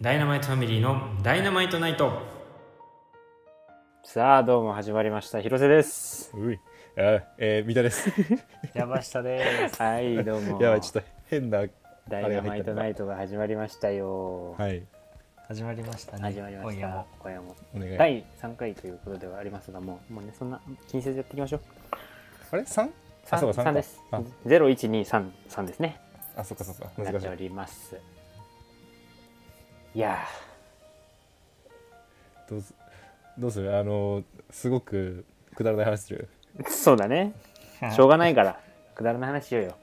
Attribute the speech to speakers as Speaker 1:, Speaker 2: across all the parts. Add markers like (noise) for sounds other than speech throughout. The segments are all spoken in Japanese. Speaker 1: ダイナマイトファミリーのダイナマイトナイト。
Speaker 2: さあどうも始まりました広瀬です
Speaker 3: うい。あ、えー、三
Speaker 2: (laughs)
Speaker 3: 田です。
Speaker 1: 山下です。
Speaker 2: はいどうも
Speaker 3: やばい、ちょっと変な。
Speaker 2: ダイナマイトナイトが始まりましたよ、
Speaker 3: はい。
Speaker 1: 始まりましたね。
Speaker 2: 始まりました
Speaker 1: 今夜も。
Speaker 2: 今夜も
Speaker 3: お願い。
Speaker 2: 第3回ということではありますがもうもうねそんな気にせずやっていきましょう
Speaker 3: あれ、三。あ、そうか、
Speaker 2: 3
Speaker 3: 三
Speaker 2: で
Speaker 3: か
Speaker 2: す
Speaker 3: あ、
Speaker 2: 01233ですね
Speaker 3: あ、そうか、そうか。
Speaker 2: な
Speaker 3: 難
Speaker 2: っ
Speaker 3: してい
Speaker 2: お。りますいや
Speaker 3: どうす。どうする、あの、すごくくだらない話する。
Speaker 2: ーそうだ
Speaker 1: (laughs)
Speaker 2: ねしょうがないからくだらない話しようよ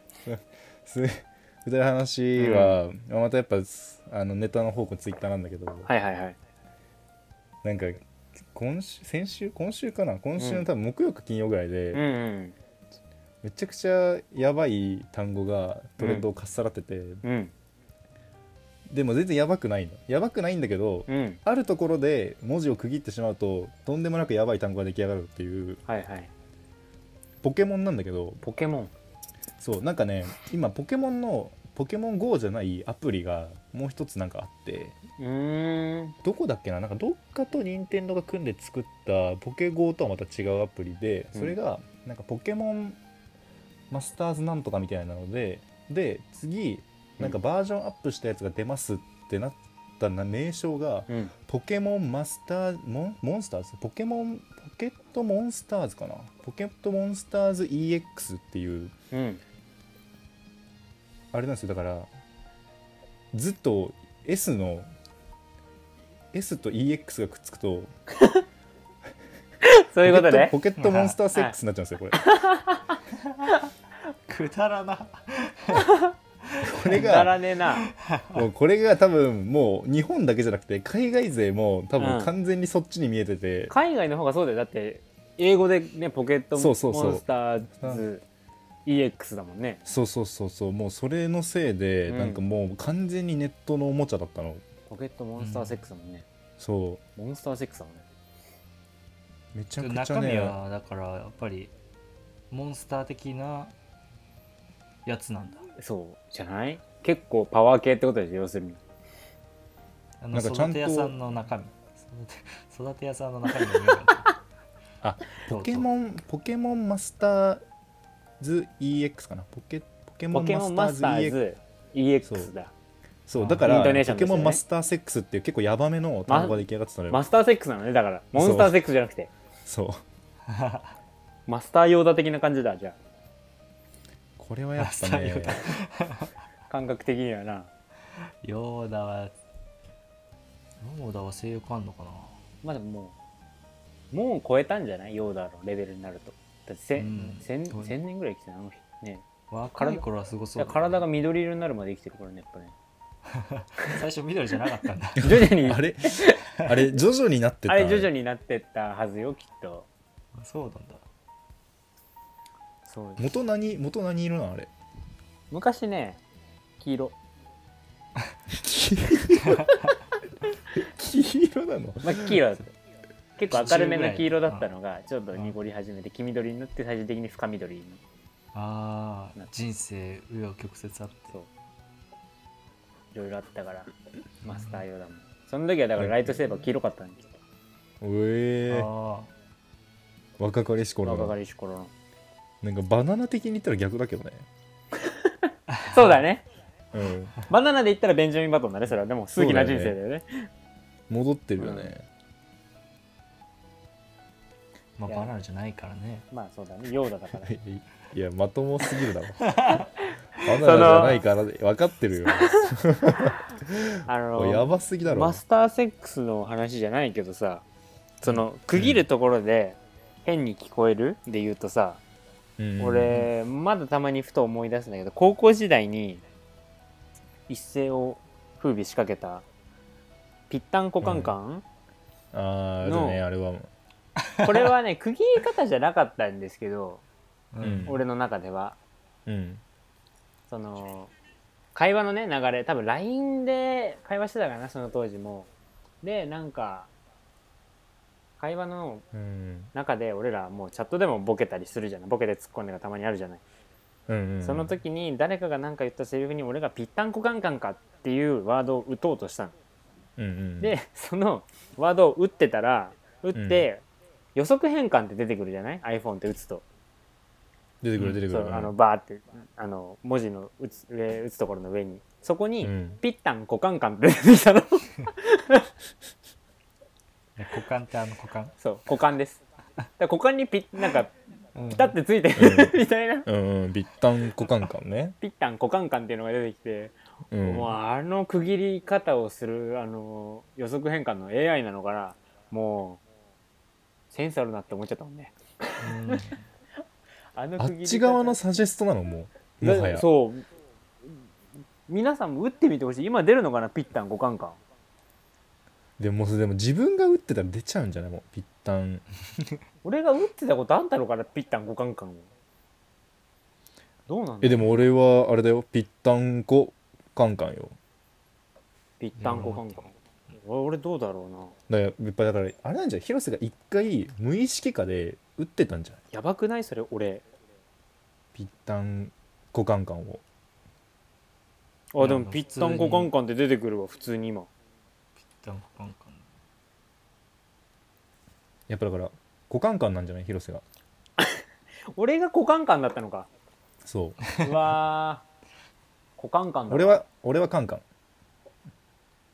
Speaker 3: す。 (laughs) くだらない話は、まあまたやっぱ、すあの、ネタの方向ツイッターなんだけど。
Speaker 2: はいはいはい
Speaker 3: なんか。今週、先週、今週かな、今週の多分木曜か金曜ぐらいで、
Speaker 2: うんうん
Speaker 3: めちゃくちゃやばい単語がトレンドをかっさらってて、
Speaker 2: うん
Speaker 3: でも全然やばくないのやばくないんだけど、
Speaker 2: うん
Speaker 3: あるところで文字を区切ってしまうととんでもなくやばい単語が出来上がるっていう
Speaker 2: はいはい
Speaker 3: ポケモンなんだけど
Speaker 2: ポケモン
Speaker 3: そうなんかね今ポケモンのポケモン GO じゃないアプリがもう一つなんかあって
Speaker 2: うーん
Speaker 3: どこだっけななんかどっかと任天堂が組んで作ったポケ GO とはまた違うアプリでそれがなんかポケモンマスターズなんとかみたいなのでで次なんかバージョンアップしたやつが出ますってなったな名称が、
Speaker 2: うん
Speaker 3: ポケモンマスターモンモンスターズポケモンポケットモンスターズかなポケットモンスターズ EX っていう
Speaker 2: うん
Speaker 3: あれなんですよだからずっと S の S と EX がくっつくと
Speaker 2: そういうことね
Speaker 3: ポケットポケットモンスター6になっちゃうんですよこれ
Speaker 2: (laughs)
Speaker 1: くだらな。
Speaker 3: これ
Speaker 2: くだ
Speaker 3: が
Speaker 2: らねえな
Speaker 3: もうこれが多分もう日本だけじゃなくて海外勢も多
Speaker 2: うん
Speaker 3: 分完全にそっちに見えてて、
Speaker 2: 海外の方がそうだよだって英語でねポケットモ
Speaker 3: そうそうそう
Speaker 2: ンスターズ EX だもんね
Speaker 3: そうそうそうそうもうそれのせいで、
Speaker 2: うん
Speaker 3: なんかもう完全にネットのおもちゃだったの
Speaker 2: ポケットモンスター6だもんね、
Speaker 3: そう
Speaker 2: モンスター6だもんね
Speaker 3: めちゃくちゃ
Speaker 1: 中身
Speaker 3: ね
Speaker 1: はだからやっぱりモンスター的なやつなんだ。
Speaker 2: そうじゃない結構パワー系ってことでしょ要するに
Speaker 1: あ
Speaker 3: な
Speaker 1: の
Speaker 3: んかちゃん
Speaker 1: 育
Speaker 3: と
Speaker 1: て屋さんの
Speaker 3: (laughs)
Speaker 1: 中身。育て育て屋さんの中身が見える。
Speaker 3: あ
Speaker 1: そうそう、
Speaker 3: ポケモンポケモンマスターズ EX かなポケポケモ
Speaker 2: ポ
Speaker 3: ン
Speaker 2: ケモンマ
Speaker 3: マス
Speaker 2: ス
Speaker 3: タ
Speaker 2: タ
Speaker 3: ーズ
Speaker 2: ー
Speaker 3: EX
Speaker 2: ズ
Speaker 3: そう
Speaker 2: EX だ
Speaker 3: そう
Speaker 1: あ
Speaker 3: だか
Speaker 2: イン
Speaker 3: ら、
Speaker 2: トネーション
Speaker 3: ポ
Speaker 2: です
Speaker 3: ケ
Speaker 2: よね
Speaker 3: モンマスターセックスっていう結構ヤバめの単語が出来上がってたのよ、
Speaker 2: マスター6なのねだからモンスター6じゃなくて
Speaker 3: そう
Speaker 2: マスター用だ的な感じだじゃ
Speaker 3: これはやっぱ
Speaker 1: マスター用
Speaker 3: ね
Speaker 1: だ
Speaker 2: あ感覚的にはな
Speaker 1: (laughs) ヨーダはヨーダは性欲あんのかな
Speaker 2: まあでももうもう超えたんじゃないヨーダのレベルになるとだってせ、
Speaker 1: うん
Speaker 2: 千
Speaker 1: どう
Speaker 2: 千年ぐらい生きてたのあの人ね
Speaker 1: 若い頃はすご
Speaker 2: い
Speaker 1: そう
Speaker 2: や
Speaker 1: だね
Speaker 2: 体が緑色になるまで生きてるからねやっぱ
Speaker 1: (laughs)
Speaker 2: ね
Speaker 1: 最初緑じゃなかったんだ (laughs)
Speaker 2: 徐々に
Speaker 3: あれあれ徐々になってた
Speaker 2: あれ徐々になってったはずよきっと
Speaker 1: そうなんだ
Speaker 2: そう
Speaker 3: 元何元何色な
Speaker 2: (laughs)
Speaker 3: のあれ
Speaker 2: 昔ね黄色、
Speaker 3: 黄色なの
Speaker 2: ま
Speaker 1: (laughs)
Speaker 2: あ、黄色だった結構明るめ
Speaker 1: 中ぐらい
Speaker 2: の
Speaker 1: の
Speaker 2: 黄色だったのがちょっと濁り始めて黄緑になって最終的に深緑に
Speaker 1: ああ人生紆余曲折あって
Speaker 2: そういろいろあったからマスター用だもんその時はだからライトセーバー黄色かったんです
Speaker 3: うえー、
Speaker 1: あ
Speaker 3: 若かりし頃
Speaker 2: 若か
Speaker 3: の
Speaker 2: りし頃の
Speaker 3: なんかバナナ的に言ったら逆だけどね
Speaker 2: そうだね
Speaker 3: うん
Speaker 2: バナナで言ったらベンジャミン・バトンだねそれはでも数奇な人生だよね
Speaker 3: 戻ってるよね、
Speaker 1: ーまあバナナじゃないからね
Speaker 2: まあそうだねヨーダだから
Speaker 3: (laughs) いやまともすぎる
Speaker 2: (laughs)
Speaker 3: だろバナナじゃないからで分かってるよ
Speaker 2: あの
Speaker 3: やばすぎだろ
Speaker 2: マスターセックスの話じゃないけどさその区切るところで変に聞こえるで言うとさ、
Speaker 3: うん
Speaker 2: 俺まだたまにふと思い出すんだけど高校時代に一世を風靡仕掛けたぴったんこカンカン、
Speaker 3: あーあるね
Speaker 2: の
Speaker 3: あれはも
Speaker 2: これはね区切り方じゃなかったんですけど
Speaker 1: う
Speaker 3: うん
Speaker 2: 俺の中では
Speaker 3: う、うん、
Speaker 2: その会話のね流れ多分 LINE で会話してたからなその当時もでなんか会話の
Speaker 3: うん
Speaker 2: 中で俺らもうチャットでもボケたりするじゃないボケて突っ込んでがたまにあるじゃない、
Speaker 3: うんうん
Speaker 2: その時に誰かが何か言ったセリフに俺が「ぴったんこカンカンか」っていうワードを打とうとしたの
Speaker 3: うんうん、
Speaker 2: でそのワードを打ってたら打って、予測変換って出てくるじゃない iPhone って打つと
Speaker 3: 出てくる出てく
Speaker 2: そ
Speaker 3: る、
Speaker 2: うあのバーってあの文字の打つ上打つところの上にそこに、
Speaker 3: うん
Speaker 2: ピッタンコカンカンって出てきたの
Speaker 1: ね股間ってあの股間
Speaker 2: そう股間ですだから股間にピッなんかピタってついてる、
Speaker 3: う
Speaker 2: みたいな
Speaker 3: うんうん、ビッタンコカンカンね。
Speaker 2: ピッタンコカンカンっていうのが出てきて、
Speaker 3: うん、
Speaker 2: もうあの区切り方をするあの予測変換の AI なのからもうセンスあるなって思っちゃったもんね
Speaker 1: うん
Speaker 2: あの
Speaker 3: あ
Speaker 2: 区切
Speaker 3: っ
Speaker 2: り方
Speaker 3: ち側のサジェストなのもうもはや
Speaker 2: だそう皆さんも打ってみてほしい今出るのかなピッタン五カンカン
Speaker 3: でもそれでも自分が打ってたら出ちゃうんじゃないもうピッタン
Speaker 2: 俺が打ってたことあんたのかなピッタン五カンカンをどうなんだ
Speaker 3: えでも俺はあれだよピッタンコカンカンよ
Speaker 2: ピッタン五カンカン俺俺どうだろうな
Speaker 3: だからやっぱだからあれなんじゃない広瀬が一回無意識下で打ってたんじゃない
Speaker 2: やばくないそれ俺
Speaker 3: ピッタンコカンカンを
Speaker 2: あで
Speaker 1: い
Speaker 2: も
Speaker 1: や
Speaker 2: ピッタン五カンカンって出てくるわ普通に今
Speaker 1: 一旦股間かな
Speaker 3: やっぱだからコカンカンなんじゃない広瀬が
Speaker 2: 俺が五カンカンだったの (laughs) か
Speaker 3: そう
Speaker 2: うわー五カンカンだ
Speaker 3: 俺は俺はカンカン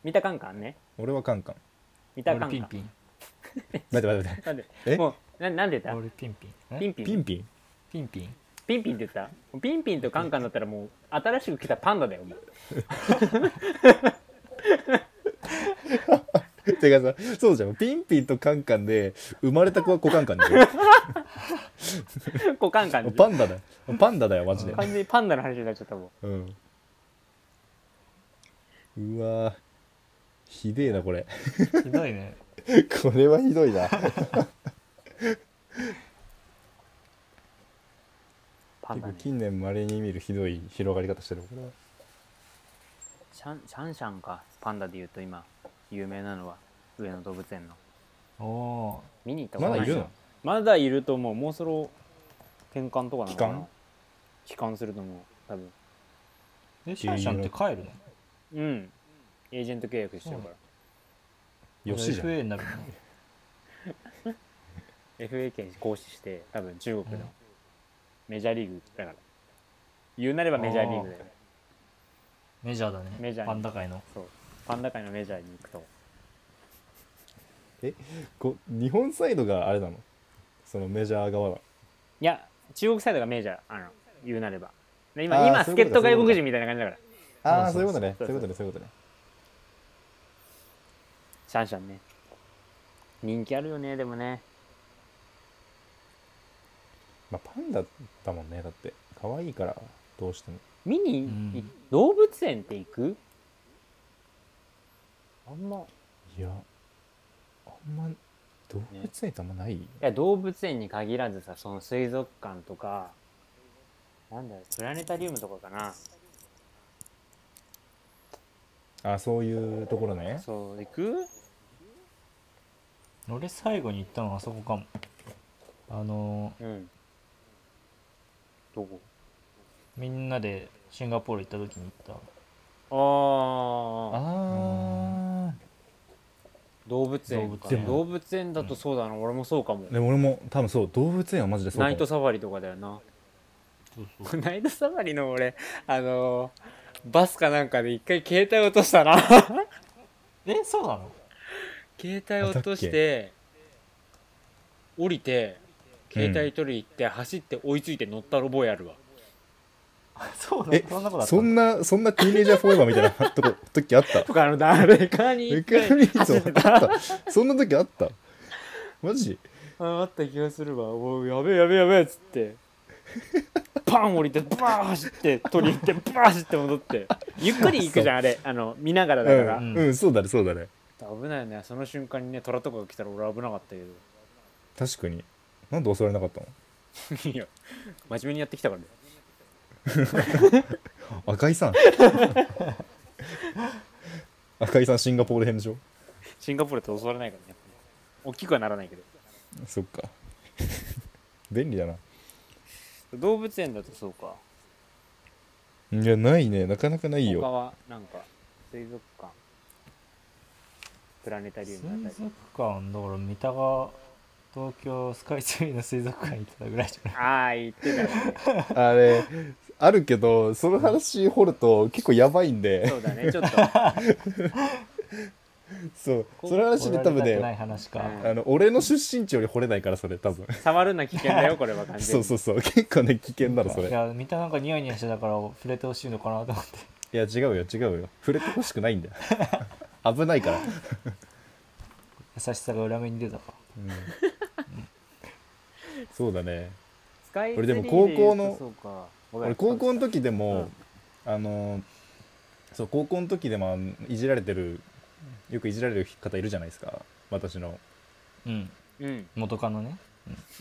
Speaker 2: 見たカンカンね
Speaker 3: 俺はカンカン
Speaker 2: 見たカンカン
Speaker 1: 俺ピンピン
Speaker 3: 待って待って待って
Speaker 2: なんで
Speaker 3: え
Speaker 2: もうななんで言っ
Speaker 1: 俺ピンピン
Speaker 2: た
Speaker 1: え
Speaker 2: ピンピン
Speaker 3: ピンピン
Speaker 1: ピンピン
Speaker 2: ピンピンって言ったピンピンとカンカンだったらもう新しく来たパンダだよ
Speaker 3: (laughs)
Speaker 2: もう
Speaker 3: てかさそうじゃんピンピンとカンカンで生まれた子はコカンカンでしょ
Speaker 2: こうカンカン
Speaker 3: パンダだよパンダだよマジで
Speaker 2: 完全にパンダの話になっちゃったもん
Speaker 3: うんうわーひでえなこれ
Speaker 1: ひどいね
Speaker 3: これはひどい (laughs) な
Speaker 2: パン
Speaker 3: 結
Speaker 2: ダ、
Speaker 3: 構
Speaker 2: ね、
Speaker 3: 近年まれに見るひどい広がり方してるこれは
Speaker 2: シャンシャンシャンかパンダで言うと今有名なのは上野動物園の
Speaker 1: おお
Speaker 2: 見に行ったこと
Speaker 3: ま
Speaker 2: な
Speaker 3: だ
Speaker 2: い
Speaker 3: いるの
Speaker 2: まだいると思うもうそろ転換とかなのかな
Speaker 3: 帰還
Speaker 2: 帰還すると思う多分
Speaker 1: ーえシャンシャンって帰るの
Speaker 2: うんエージェント契約してるから、
Speaker 3: よしじゃん
Speaker 1: FA になるの
Speaker 2: FA 権行使して多分中国のメジャーリーグだから言うなればメジャーリーグだよね
Speaker 1: メジャーだね
Speaker 2: メジャー
Speaker 1: パンダ界の
Speaker 2: そうパンダ界のメジャーに行くと
Speaker 3: こ日本サイドがあれなのそのメジャー側だ
Speaker 2: いや中国サイドがメジャーあの言うなればで
Speaker 3: あ
Speaker 2: 今
Speaker 3: ー
Speaker 2: 今
Speaker 3: そう
Speaker 2: 助
Speaker 3: いう
Speaker 2: っ
Speaker 3: こと
Speaker 2: 人
Speaker 3: か
Speaker 2: 外
Speaker 3: そういうこと
Speaker 2: 国人みたいな感じだから
Speaker 3: ああ
Speaker 1: そ
Speaker 3: そうういうこと
Speaker 1: そうそう
Speaker 3: ね
Speaker 2: そ
Speaker 3: そうう
Speaker 2: そ
Speaker 3: いううことねそういうことね
Speaker 2: シャンシャンね人気あるよねでもね
Speaker 3: まあパンダだもんねだって可愛いからどうしても
Speaker 2: 見に、
Speaker 1: うん
Speaker 2: 動物園って行くあんまい
Speaker 3: いやあんま動物園ってあんまない、
Speaker 2: や動物園に限らずさその水族館とかなんだろうプラネタリウムとかかな
Speaker 3: あそういうところね
Speaker 2: そう行く
Speaker 1: 俺最後に行ったのはあそこかもあの
Speaker 2: うんどこ
Speaker 1: ーみんなでシンガポール行った時に行っ
Speaker 2: ああ
Speaker 3: あ
Speaker 2: 動物園か
Speaker 1: 動物
Speaker 3: 園
Speaker 2: 動物園だとそうだな、俺もそうかも
Speaker 3: あでも俺も多分そう動物園はマジでそうかも
Speaker 2: ナイトサファリとかだよな (laughs)
Speaker 1: たそうそう
Speaker 2: ナイトサファリの俺あのーバスかなんかで一回携帯落としたな
Speaker 1: えそうなの
Speaker 2: 携帯落として降りて携帯取り行って、走って追いついて乗った覚えあるわ
Speaker 1: (laughs) そうなの
Speaker 3: え
Speaker 1: そんなことあった
Speaker 3: そんなそんなティーネイジャーフォーエバーみたいなとこ時あった
Speaker 2: とかあの誰かに
Speaker 3: メ
Speaker 2: 一
Speaker 3: カニ
Speaker 2: 回
Speaker 3: ズム
Speaker 2: 走って
Speaker 3: あったたそんな時あったマジ
Speaker 2: ああった気がするわおうやべえやべえやべえっつってパン降りてバーン走って取り行ってバーン走って戻ってゆっくり行くじゃんあれあの見ながらだから、
Speaker 3: うん、うん、そうだねそうだね
Speaker 2: 危ないよねその瞬間にね虎とかが来たら俺危なかったけど
Speaker 3: 確かになんで襲われなかったの
Speaker 2: いや真面目にやってきたからね
Speaker 3: 赤井さん (laughs) 赤井さんシンガポール編でしょ
Speaker 2: シンガポールって襲われないからね大きくはならないけど
Speaker 3: そっか便利だな
Speaker 2: 動物園だとそうか
Speaker 3: いやないねなかなかない
Speaker 2: 他
Speaker 3: よ
Speaker 2: はなんか水族館プラネタリ
Speaker 1: 水
Speaker 2: ウムだった
Speaker 1: 族
Speaker 2: り
Speaker 1: 館だから三田が東京スカイツリーの水族館行ってたぐらいじゃない
Speaker 2: ああ言ってたね
Speaker 3: あれあるけどその話掘ると結構やばいんで
Speaker 2: そうだねちょっと
Speaker 3: そうその話で多分
Speaker 1: 掘られたくない
Speaker 3: ね
Speaker 1: 話か、
Speaker 2: うん
Speaker 3: あの俺の出身地より掘れないからそれ
Speaker 1: (laughs)
Speaker 3: 多分
Speaker 2: 触るのは危険だ
Speaker 3: (laughs)
Speaker 2: よこれは完全に
Speaker 3: そうそうそう結構ね危険だろそれ
Speaker 1: いや三田なんかニヤニヤしてたから触れてほしいのかなと思って
Speaker 3: いや違うよ違うよ触れてほしくないんだよ危ないから、
Speaker 1: 優しさが裏目に出たか
Speaker 3: うんそうだね
Speaker 2: スカイツ
Speaker 3: 俺
Speaker 2: リー
Speaker 3: で
Speaker 2: で言
Speaker 3: も
Speaker 2: う
Speaker 3: 高校
Speaker 2: と
Speaker 3: の
Speaker 2: そうかごめん
Speaker 3: 俺高校の時でも、あのそう高校の時でもあのいじられてるよくいじられる方いるじゃないですか私の
Speaker 1: うん
Speaker 2: うん
Speaker 1: 元カノね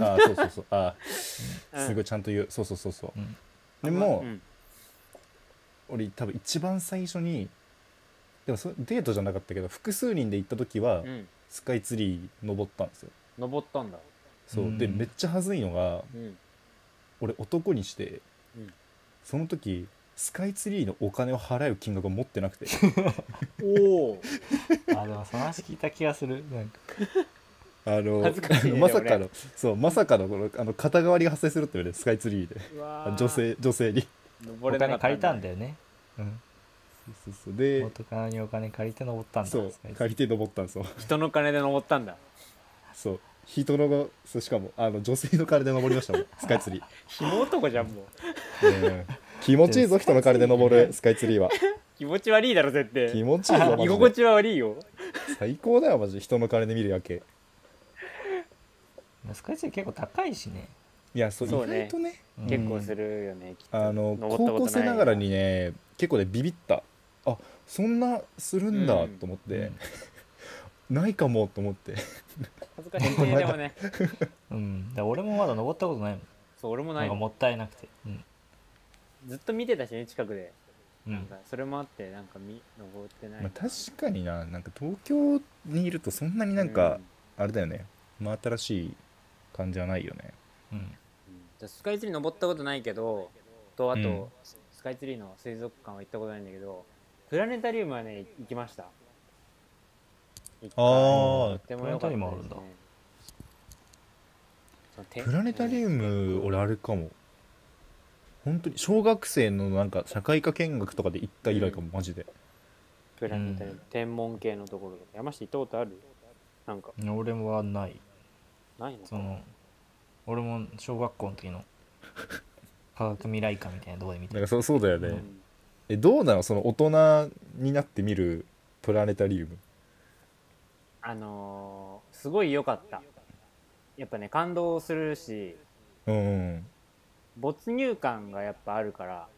Speaker 3: あ
Speaker 2: (laughs)
Speaker 3: ーそうそうそうあ
Speaker 2: う
Speaker 3: ー
Speaker 2: ん
Speaker 3: すごいちゃんと言うそうそうそうそう
Speaker 1: うん
Speaker 3: でも、
Speaker 2: うん
Speaker 3: 俺多分一番最初にでもそデートじゃなかったけど複数人で行った時は、
Speaker 2: うん
Speaker 3: スカイツリー登ったんですよ
Speaker 2: 登ったんだ
Speaker 3: そう、
Speaker 1: うん
Speaker 3: でめっちゃ恥ずいのが (laughs)
Speaker 2: うん
Speaker 3: 俺男にして、
Speaker 2: うん
Speaker 3: その時スカイツリーのお金を払う金額を持ってなくて
Speaker 2: おお
Speaker 1: あでもその話聞いた気がするなんか
Speaker 3: あの
Speaker 2: 恥ずかしいね
Speaker 3: あの (laughs) まさか
Speaker 2: 俺
Speaker 3: のそうまさかのこのあの肩代わりが発生するって言われてスカイツリーで女性女性に
Speaker 1: お
Speaker 2: 登れなかっ
Speaker 1: 金
Speaker 2: た
Speaker 1: 借りたんだよね
Speaker 3: そうそうそうで
Speaker 1: 元カノにお金借りて登ったんだ
Speaker 3: そう
Speaker 1: スカイツリ
Speaker 3: 借りて登ったんですよ
Speaker 2: 人の金で登ったんだ
Speaker 3: そう人のそうしかもあの女性の金で登りま
Speaker 2: (laughs)
Speaker 3: したもんスカイツリー
Speaker 2: 紐男じゃんもう
Speaker 3: うん気持ちいいぞ人の金で
Speaker 2: (laughs)
Speaker 3: 登るスカイツリーは
Speaker 2: 気持ち悪いだろ絶対
Speaker 3: 気持ちいいぞ
Speaker 2: 居
Speaker 3: マジ
Speaker 2: 心
Speaker 3: で
Speaker 2: 地は悪いよ
Speaker 3: 最高だよマジで人の金で見る夜景
Speaker 1: ースカイツリー結構高いしね、
Speaker 3: いやそう
Speaker 2: そう
Speaker 3: 意
Speaker 2: ね
Speaker 3: 外とね
Speaker 1: うん
Speaker 2: 結構するよねきっと
Speaker 3: あの
Speaker 2: 登ったこと
Speaker 3: 高校生ながらにね結構ねビビったあそんなするんだ
Speaker 2: うん
Speaker 3: と思っ
Speaker 1: う
Speaker 3: て
Speaker 1: ん、
Speaker 3: ないかもと思って
Speaker 2: 恥ずかしいねでも
Speaker 3: (laughs)
Speaker 2: ね
Speaker 1: うん、だから俺もまだ登ったことないもん
Speaker 2: そう俺もな
Speaker 1: ないんかもったいなくてうん、
Speaker 2: ずっと見てたしね近くで
Speaker 1: う
Speaker 2: なん
Speaker 1: ん
Speaker 2: か、それもあってなんか見登ってない
Speaker 3: まあ、確かにななんか東京にいるとそんなになんか、あれだよね真新しい感じはないよね
Speaker 1: うん、
Speaker 2: うんうんじゃあスカイツリー登ったことないけどとあと、
Speaker 3: うん
Speaker 2: スカイツリーの水族館は行ったことないんだけどプラネタリウムはね行きました一回
Speaker 3: あ
Speaker 2: と
Speaker 3: ー
Speaker 2: っても良かったですね
Speaker 1: プラネタリウムあるんだ
Speaker 2: そのて
Speaker 3: プラネタリウ
Speaker 2: うん
Speaker 3: ム俺あれかも本当に小学生のなんか社会科見学とかで行った以来かもマジで
Speaker 2: プラネタリウム、
Speaker 1: うん
Speaker 2: 天文系のところで山下行ったことあるなんか
Speaker 1: 俺はない
Speaker 2: ないのか
Speaker 1: その俺も小学校の時の科学未来館みたいなとこで見
Speaker 3: な
Speaker 1: て
Speaker 3: んかそうそうだよね、
Speaker 2: うん
Speaker 3: えどうなのその大人になって見るプラネタリウム
Speaker 2: あのーすごい良かったやっぱね感動するし
Speaker 3: うんうん
Speaker 2: 没入感がやっぱあるから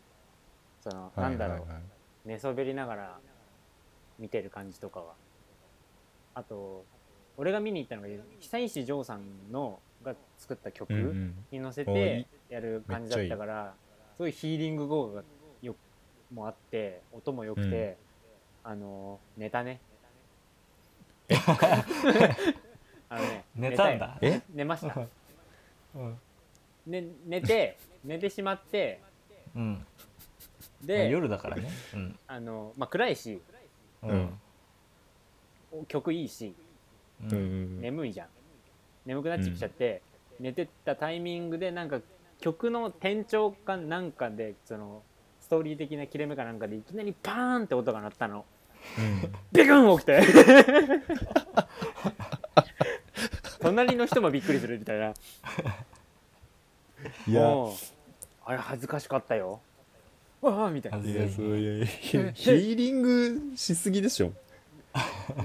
Speaker 2: その、
Speaker 3: はい
Speaker 2: なんだろう、
Speaker 3: はいはい
Speaker 2: 寝そべりながら見てる感じとかはあと俺が見に行ったのが久石譲さんのが作った曲
Speaker 3: うんうん
Speaker 2: に乗せ
Speaker 3: お
Speaker 2: て
Speaker 3: ー
Speaker 2: やる感じだったから、すごいヒーリング効果がよもあって音も良くて、あの寝たね (laughs) あのね
Speaker 1: 寝たんだ
Speaker 2: 寝よ
Speaker 3: え
Speaker 2: 寝ました、
Speaker 1: うん
Speaker 2: ね、寝て寝てしまって
Speaker 1: うん、まあ
Speaker 2: で
Speaker 1: 夜だからねうん
Speaker 2: あの、まあ、暗いし
Speaker 1: うん
Speaker 3: うん
Speaker 2: 曲いいし
Speaker 1: うん
Speaker 3: うんうん
Speaker 2: 眠いじゃん眠くなってきちゃって、寝てったタイミングでなんか曲の転調かなんかでそのストーリー的な切れ目かなんかでいきなりパーンって音が鳴った
Speaker 3: (laughs)
Speaker 2: の
Speaker 3: うん
Speaker 2: ビクン起きて隣の人もびっくりするみたいない
Speaker 3: や
Speaker 2: もうあれ恥ずかしかったよわあみたいない
Speaker 3: いやそう
Speaker 2: (laughs)
Speaker 3: いうヒ
Speaker 2: え
Speaker 3: ーリングしすぎでしょ(laughs)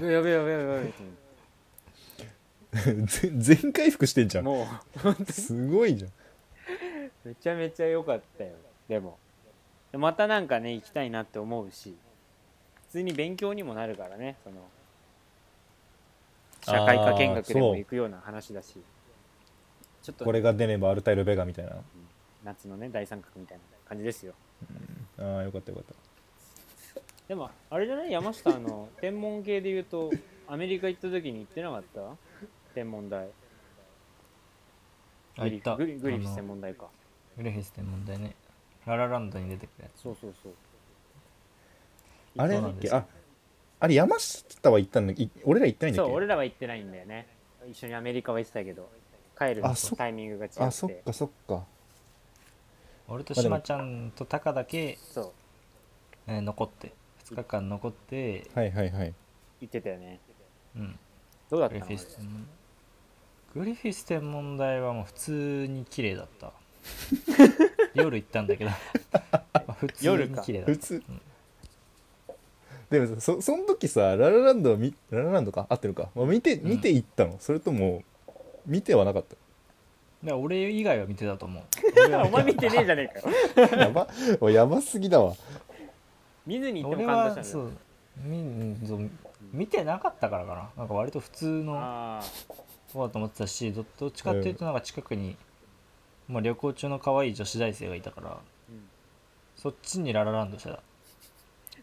Speaker 2: や べやべやべやべと思っ
Speaker 3: 全全回復してんじ
Speaker 2: て
Speaker 3: ゃん
Speaker 2: も
Speaker 3: すごいじゃん
Speaker 2: うめちゃめちゃ良かったよでもでまたなんかね行きたいなって思うし普通に勉強にもなるからねその社会科見学で
Speaker 3: あーそ
Speaker 2: も
Speaker 3: う
Speaker 2: 行くような話だしちょっと
Speaker 3: (laughs) これが出ねばアルタイルベガみたいな
Speaker 2: 夏のね大三角みたいな感じですよ
Speaker 3: あーよかったよかった
Speaker 2: でもあれじゃない山下あ
Speaker 3: (laughs)
Speaker 2: の天文系で言うとアメリカ行った時に行ってなかった天文台グ
Speaker 1: あ行
Speaker 2: リ
Speaker 1: った
Speaker 2: グリグリフィス
Speaker 1: あ
Speaker 2: 天
Speaker 1: の
Speaker 2: 文台か
Speaker 1: グリフィス天文台ねララランドに出てくるやつ
Speaker 2: そうそうそう
Speaker 3: あれ
Speaker 1: そう
Speaker 3: だ
Speaker 1: な
Speaker 3: っ
Speaker 1: んで
Speaker 3: け
Speaker 1: すよ
Speaker 3: ああれ山下は行ったんだい俺ら行ってないんだっ
Speaker 2: そう
Speaker 3: け
Speaker 2: 俺らは行ってないんだよね一緒にアメリカは行ってたけど帰るの
Speaker 3: あ
Speaker 2: と
Speaker 3: そっ
Speaker 2: タイミングが違って
Speaker 3: あそっかそっか
Speaker 1: 俺と島ちゃんとタカだけ、
Speaker 2: そう
Speaker 1: えー残って2日間残って、
Speaker 3: はいはいはい
Speaker 2: 行ってたよね
Speaker 1: うん、
Speaker 2: どうだっ
Speaker 1: グ
Speaker 2: た
Speaker 1: リフ
Speaker 2: の
Speaker 1: ィス天文グリフィス天文台はもう普通に綺麗だった
Speaker 2: (laughs)
Speaker 1: 夜行ったんだけどまあ普通
Speaker 2: 夜
Speaker 1: に
Speaker 2: か
Speaker 1: 綺麗だ
Speaker 3: 普
Speaker 1: った
Speaker 3: 通、
Speaker 1: うん
Speaker 3: でもさそその時さララランドを見ララランドか合ってるか、まあ、見て
Speaker 1: うん
Speaker 3: 見ていったの、それとも見てはなかっ
Speaker 1: で俺以外は見てたと思う
Speaker 2: あお前見てねえじゃねえかよ
Speaker 3: た (laughs) やばもうやばすぎだわ
Speaker 2: 見ずに行って
Speaker 1: 俺
Speaker 2: も感動
Speaker 1: は
Speaker 2: した
Speaker 1: そ
Speaker 2: んだ
Speaker 1: うみうんそう見てなかったからかななんか割と普通の
Speaker 2: あ
Speaker 1: 方だと思ってたしどどっちかっていうとなんか近くに、まあ、旅行中の可愛い女子大生がいたからそっちにララランドして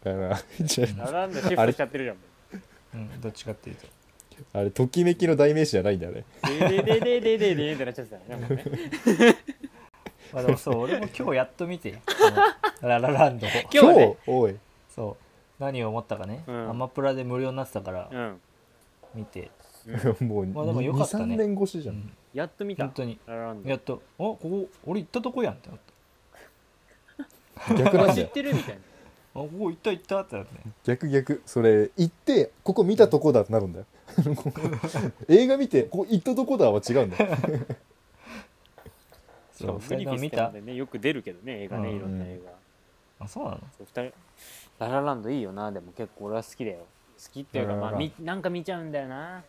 Speaker 1: た、
Speaker 3: だから (laughs) じゃ
Speaker 2: あラランドシフトしちゃってるじゃん
Speaker 1: うん、どっちかっていうと
Speaker 3: ああれときめきの代名詞じゃないんだね
Speaker 2: でででででででってなっちゃってたよねもうね
Speaker 1: まあでもそう俺も今日やっと見てこのララランドを
Speaker 2: 今日はね
Speaker 3: おい
Speaker 1: そう何を思ったかね、
Speaker 2: うん
Speaker 1: アマプラで無料になってたから
Speaker 2: うん
Speaker 1: 見て、
Speaker 3: (laughs) もう、
Speaker 1: まあでもよかったね
Speaker 3: 23年越しじ
Speaker 1: う
Speaker 3: ゃん、
Speaker 1: ん、
Speaker 2: やっと見た
Speaker 1: 本当に
Speaker 2: ララランド
Speaker 1: やっと「おここ俺行ったとこやん」ってなった
Speaker 3: 逆なん
Speaker 2: 知っ
Speaker 3: だよ
Speaker 2: てるみたいな
Speaker 1: 「あここ行った行った」ってなって
Speaker 3: 逆逆それ行ってここ見たとこだってなるんだよここ映画見てここ行ったとこだは違うんだよ
Speaker 1: そう
Speaker 2: グリフィス
Speaker 1: 見
Speaker 2: っても
Speaker 1: た
Speaker 2: んでねよく出るけどね映画ね
Speaker 1: うん
Speaker 2: いろんな映画
Speaker 1: あそうなの
Speaker 2: そう二人ララランドいいよなでも結構俺は好きだよ好きっていうか
Speaker 3: ララ
Speaker 2: ま
Speaker 3: ラ
Speaker 2: あみなんか見ちゃうんだよな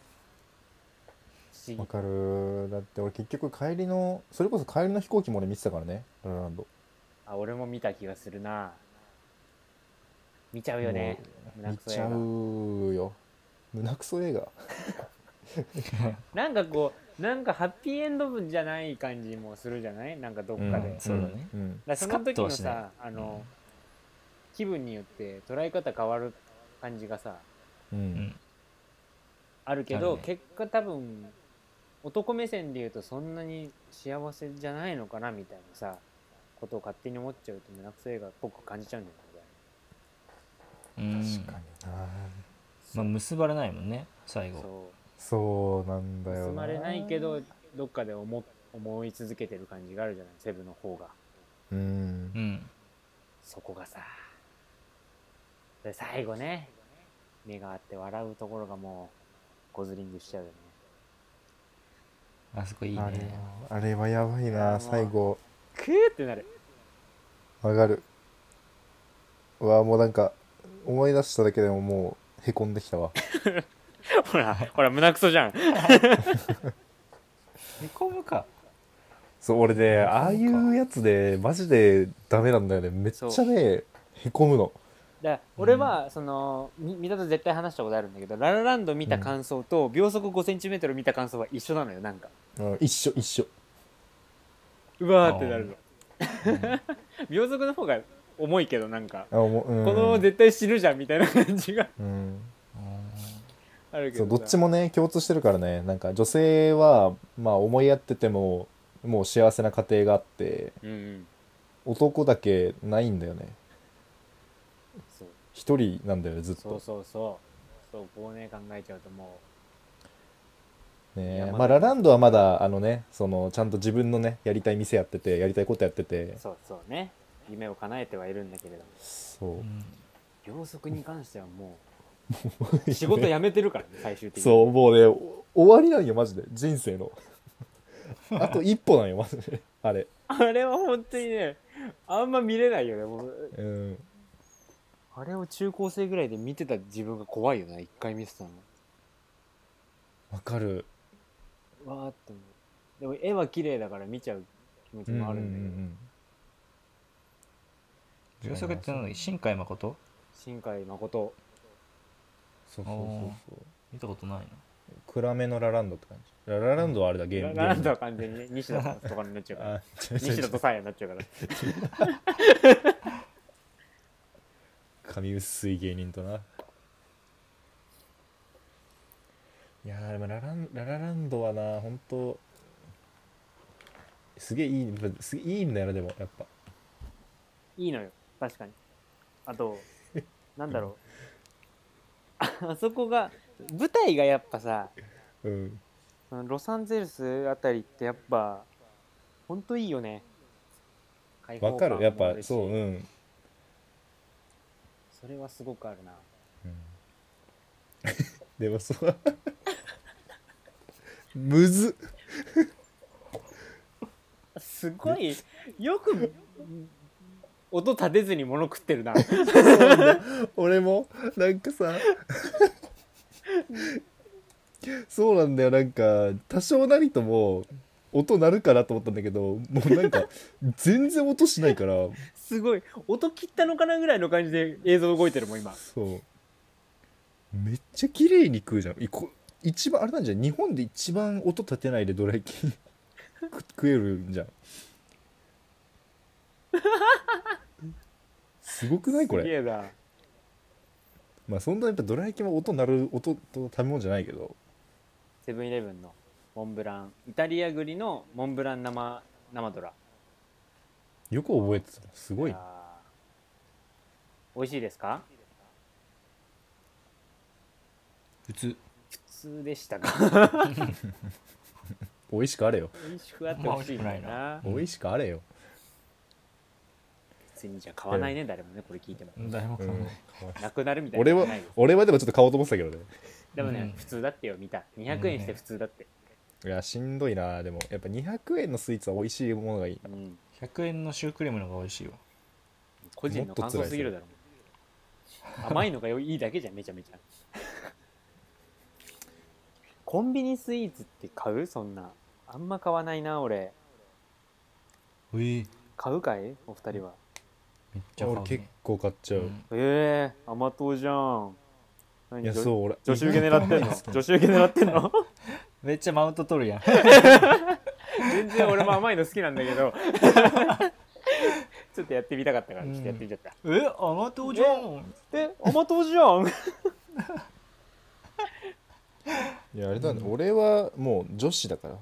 Speaker 2: 不思
Speaker 3: わ
Speaker 2: 議
Speaker 3: かるだって俺結局帰りのそれこそ帰りの飛行機も俺見てたからねララランド
Speaker 2: あ俺も見た気がするな見ちゃうよね
Speaker 3: もう
Speaker 2: 胸
Speaker 3: 見
Speaker 2: くそ映
Speaker 3: ちゃ
Speaker 2: 画
Speaker 3: うよ胸クソ映画
Speaker 2: なんかこうなんかハッピーエンドじゃない感じもするじゃないなんかどっかで、
Speaker 3: うん
Speaker 2: だ
Speaker 1: う
Speaker 2: か
Speaker 1: んそうだね
Speaker 3: うん
Speaker 2: らその
Speaker 1: スカッ
Speaker 2: 時
Speaker 1: と
Speaker 2: の
Speaker 1: はしない
Speaker 2: さあの、気分によって捉え方変わる感じがさ
Speaker 3: うん
Speaker 1: うん
Speaker 2: あるけど、
Speaker 1: あるね
Speaker 2: 結果多分男目線で言うとそんなに幸せじゃないのかなみたいなさことを勝手に思っちゃうと胸くそ映画っぽく感じちゃうんだよね俺
Speaker 1: うん
Speaker 3: 確かにな
Speaker 1: まあ結ばれないもんね最後
Speaker 2: そ
Speaker 3: そうなん
Speaker 2: う
Speaker 3: だよ
Speaker 2: 進まれないけどどっかで思思い続けてる感じがあるじゃないセブの方が
Speaker 3: うん
Speaker 1: うん
Speaker 2: そこがさで最後ね目があって笑うところがもうゴズリングしちゃうよね
Speaker 1: あそこいい
Speaker 3: あれ
Speaker 1: ね
Speaker 3: はあれはやばいな最後
Speaker 2: クーってなる
Speaker 3: わかるうわもうなんか思い出しただけでももうへこんできたわ
Speaker 2: ほらほら胸くそじゃん
Speaker 1: へこむか
Speaker 3: そう俺ねああいうやつでマジでダメなんだよねめっちゃねへこむの
Speaker 2: だ俺はその、み見たと絶対話したことあるんだけど「ララランド」見た感想と秒速 5cm 見た感想は一緒なのよなんか
Speaker 3: うん一緒一緒
Speaker 2: うわーってなるの (laughs) 秒速の方が重いけどなんか、
Speaker 3: あもう、うん、
Speaker 2: この絶対死ぬじゃんみたいな感じが
Speaker 3: うん
Speaker 2: あるけ
Speaker 3: そ
Speaker 2: ど
Speaker 3: うどっち
Speaker 2: も
Speaker 3: もね共通してるからねなんか女性はまあ思いやっててももう幸せな家庭があって
Speaker 2: うん、うん、
Speaker 3: 男だけないんだよね
Speaker 2: そう
Speaker 3: 一人なんだよねずっ
Speaker 2: そう
Speaker 3: と
Speaker 2: そうそうそうこうね考えちゃうともいやま
Speaker 3: ね
Speaker 2: だ
Speaker 3: まあラランドはまだあのねそのちゃんと自分のねやりたい店やっててやりたいことやってて
Speaker 2: うそうそうね夢を叶えてはいるんだけれども
Speaker 3: そううん
Speaker 2: 秒速に関してはもう仕事辞めてる (laughs) からね最終的に
Speaker 3: そうもうねお終わりなんよマジで人生のあと一歩なんよマジであれ
Speaker 2: あれは本当にねあんま見れないよねもう
Speaker 3: うん
Speaker 2: あれを中高生ぐらいで見てた自分が怖いよな一回見てたの
Speaker 3: わかる
Speaker 2: わーって思うでも絵は綺麗だから見ちゃう気持ちもあるんだけど、
Speaker 1: 秒速ってなんだっけ新海誠
Speaker 2: 新海誠
Speaker 3: そうそうそうそう
Speaker 1: 見たことないな
Speaker 3: 暗めのラランドって感じララランドはあれだゲームゲーム
Speaker 2: なんだか完全にね西田とかになっちゃうから (laughs)
Speaker 3: あ違う違う違
Speaker 2: 西田
Speaker 3: う
Speaker 2: とサーヤになっちゃうから
Speaker 3: 髪薄い芸人とないやーでもラランララランドはな本当すげえいいすげえいいんだよなでもやっぱ (laughs)
Speaker 2: いいのよ確かにあとなんだろう (laughs) あそこが舞台がやっぱさ
Speaker 3: うん
Speaker 2: そのロサンゼルスあたりってやっぱほんといいよね開
Speaker 3: わ
Speaker 2: 放
Speaker 3: か
Speaker 2: 感
Speaker 3: るやっ
Speaker 2: もあ
Speaker 3: ぱ
Speaker 2: るし
Speaker 3: そううん、 (laughs)
Speaker 2: それはすごくあるな
Speaker 3: うん、でもそう (laughs) むずっ
Speaker 2: すごいよく音立てずに物食ってるな
Speaker 3: 俺もなんかさそうなんだよなんか多少なりとも音鳴るかなと思ったんだけどもうなんか全然音しないから
Speaker 2: すごい音切ったのかなぐらいの感じで映像動いてるもん今
Speaker 3: そうめっちゃ綺麗に食うじゃんいこ一番あれなんじゃん日本で一番音立てないでどら焼 (laughs) き食食えるんじゃんすごくないこ
Speaker 2: す
Speaker 3: れ
Speaker 2: げえな
Speaker 3: まあそんなやっぱどら焼きも音鳴る音と食べ物じゃないけど
Speaker 2: セブンイレブンのモンブランイタリア栗のモンブラン生生ドラ
Speaker 3: よく覚えてたなすごい
Speaker 2: あー美味しいですか
Speaker 1: 普通
Speaker 2: 普通でした (laughs) か
Speaker 3: 美味しくあれよ
Speaker 2: 美味しくあってほしいんだよな
Speaker 3: 美味しくあれよ
Speaker 2: 別にじゃあ買わないね誰もねこれ聞いても
Speaker 1: 誰も買わない、
Speaker 2: なくなるみたいな
Speaker 3: 俺
Speaker 2: の
Speaker 3: は
Speaker 2: ないです
Speaker 3: 俺はでもちょっと買おうと思ってたけどね
Speaker 2: でもね、
Speaker 1: うん
Speaker 2: 普通だってよ見た200円して普通だって、
Speaker 3: いやしんどいなでもやっぱ200円のスイーツは美味しいものがいい
Speaker 2: うん、
Speaker 1: 100円のシュークリームの方が美味しいわ
Speaker 2: 個人の感想すぎるだろ甘いのがよいいだけじゃんめちゃめちゃコンビニスイーツって買うそんなあんま買わないな俺
Speaker 1: えー、
Speaker 2: 買うかいお二人は
Speaker 1: めっちゃ買う、ね、
Speaker 3: 俺結構買っちゃう、
Speaker 1: うん
Speaker 2: ええ甘党じゃん何
Speaker 3: いや
Speaker 2: 女
Speaker 3: そう俺
Speaker 2: 女子受け狙ってん
Speaker 3: 意外と甘い
Speaker 2: の
Speaker 3: すけど
Speaker 2: 女子受け狙ってんの
Speaker 1: めっちゃマウント取
Speaker 3: (laughs)
Speaker 1: るやん
Speaker 2: 全然俺も甘いの好きなんだけど (laughs) ちょっとやってみたかったから
Speaker 1: うん
Speaker 2: ちょっとやってみちゃった、
Speaker 1: え甘党じゃん
Speaker 2: え甘党じゃん
Speaker 3: いやあれだね、俺はもう女子だから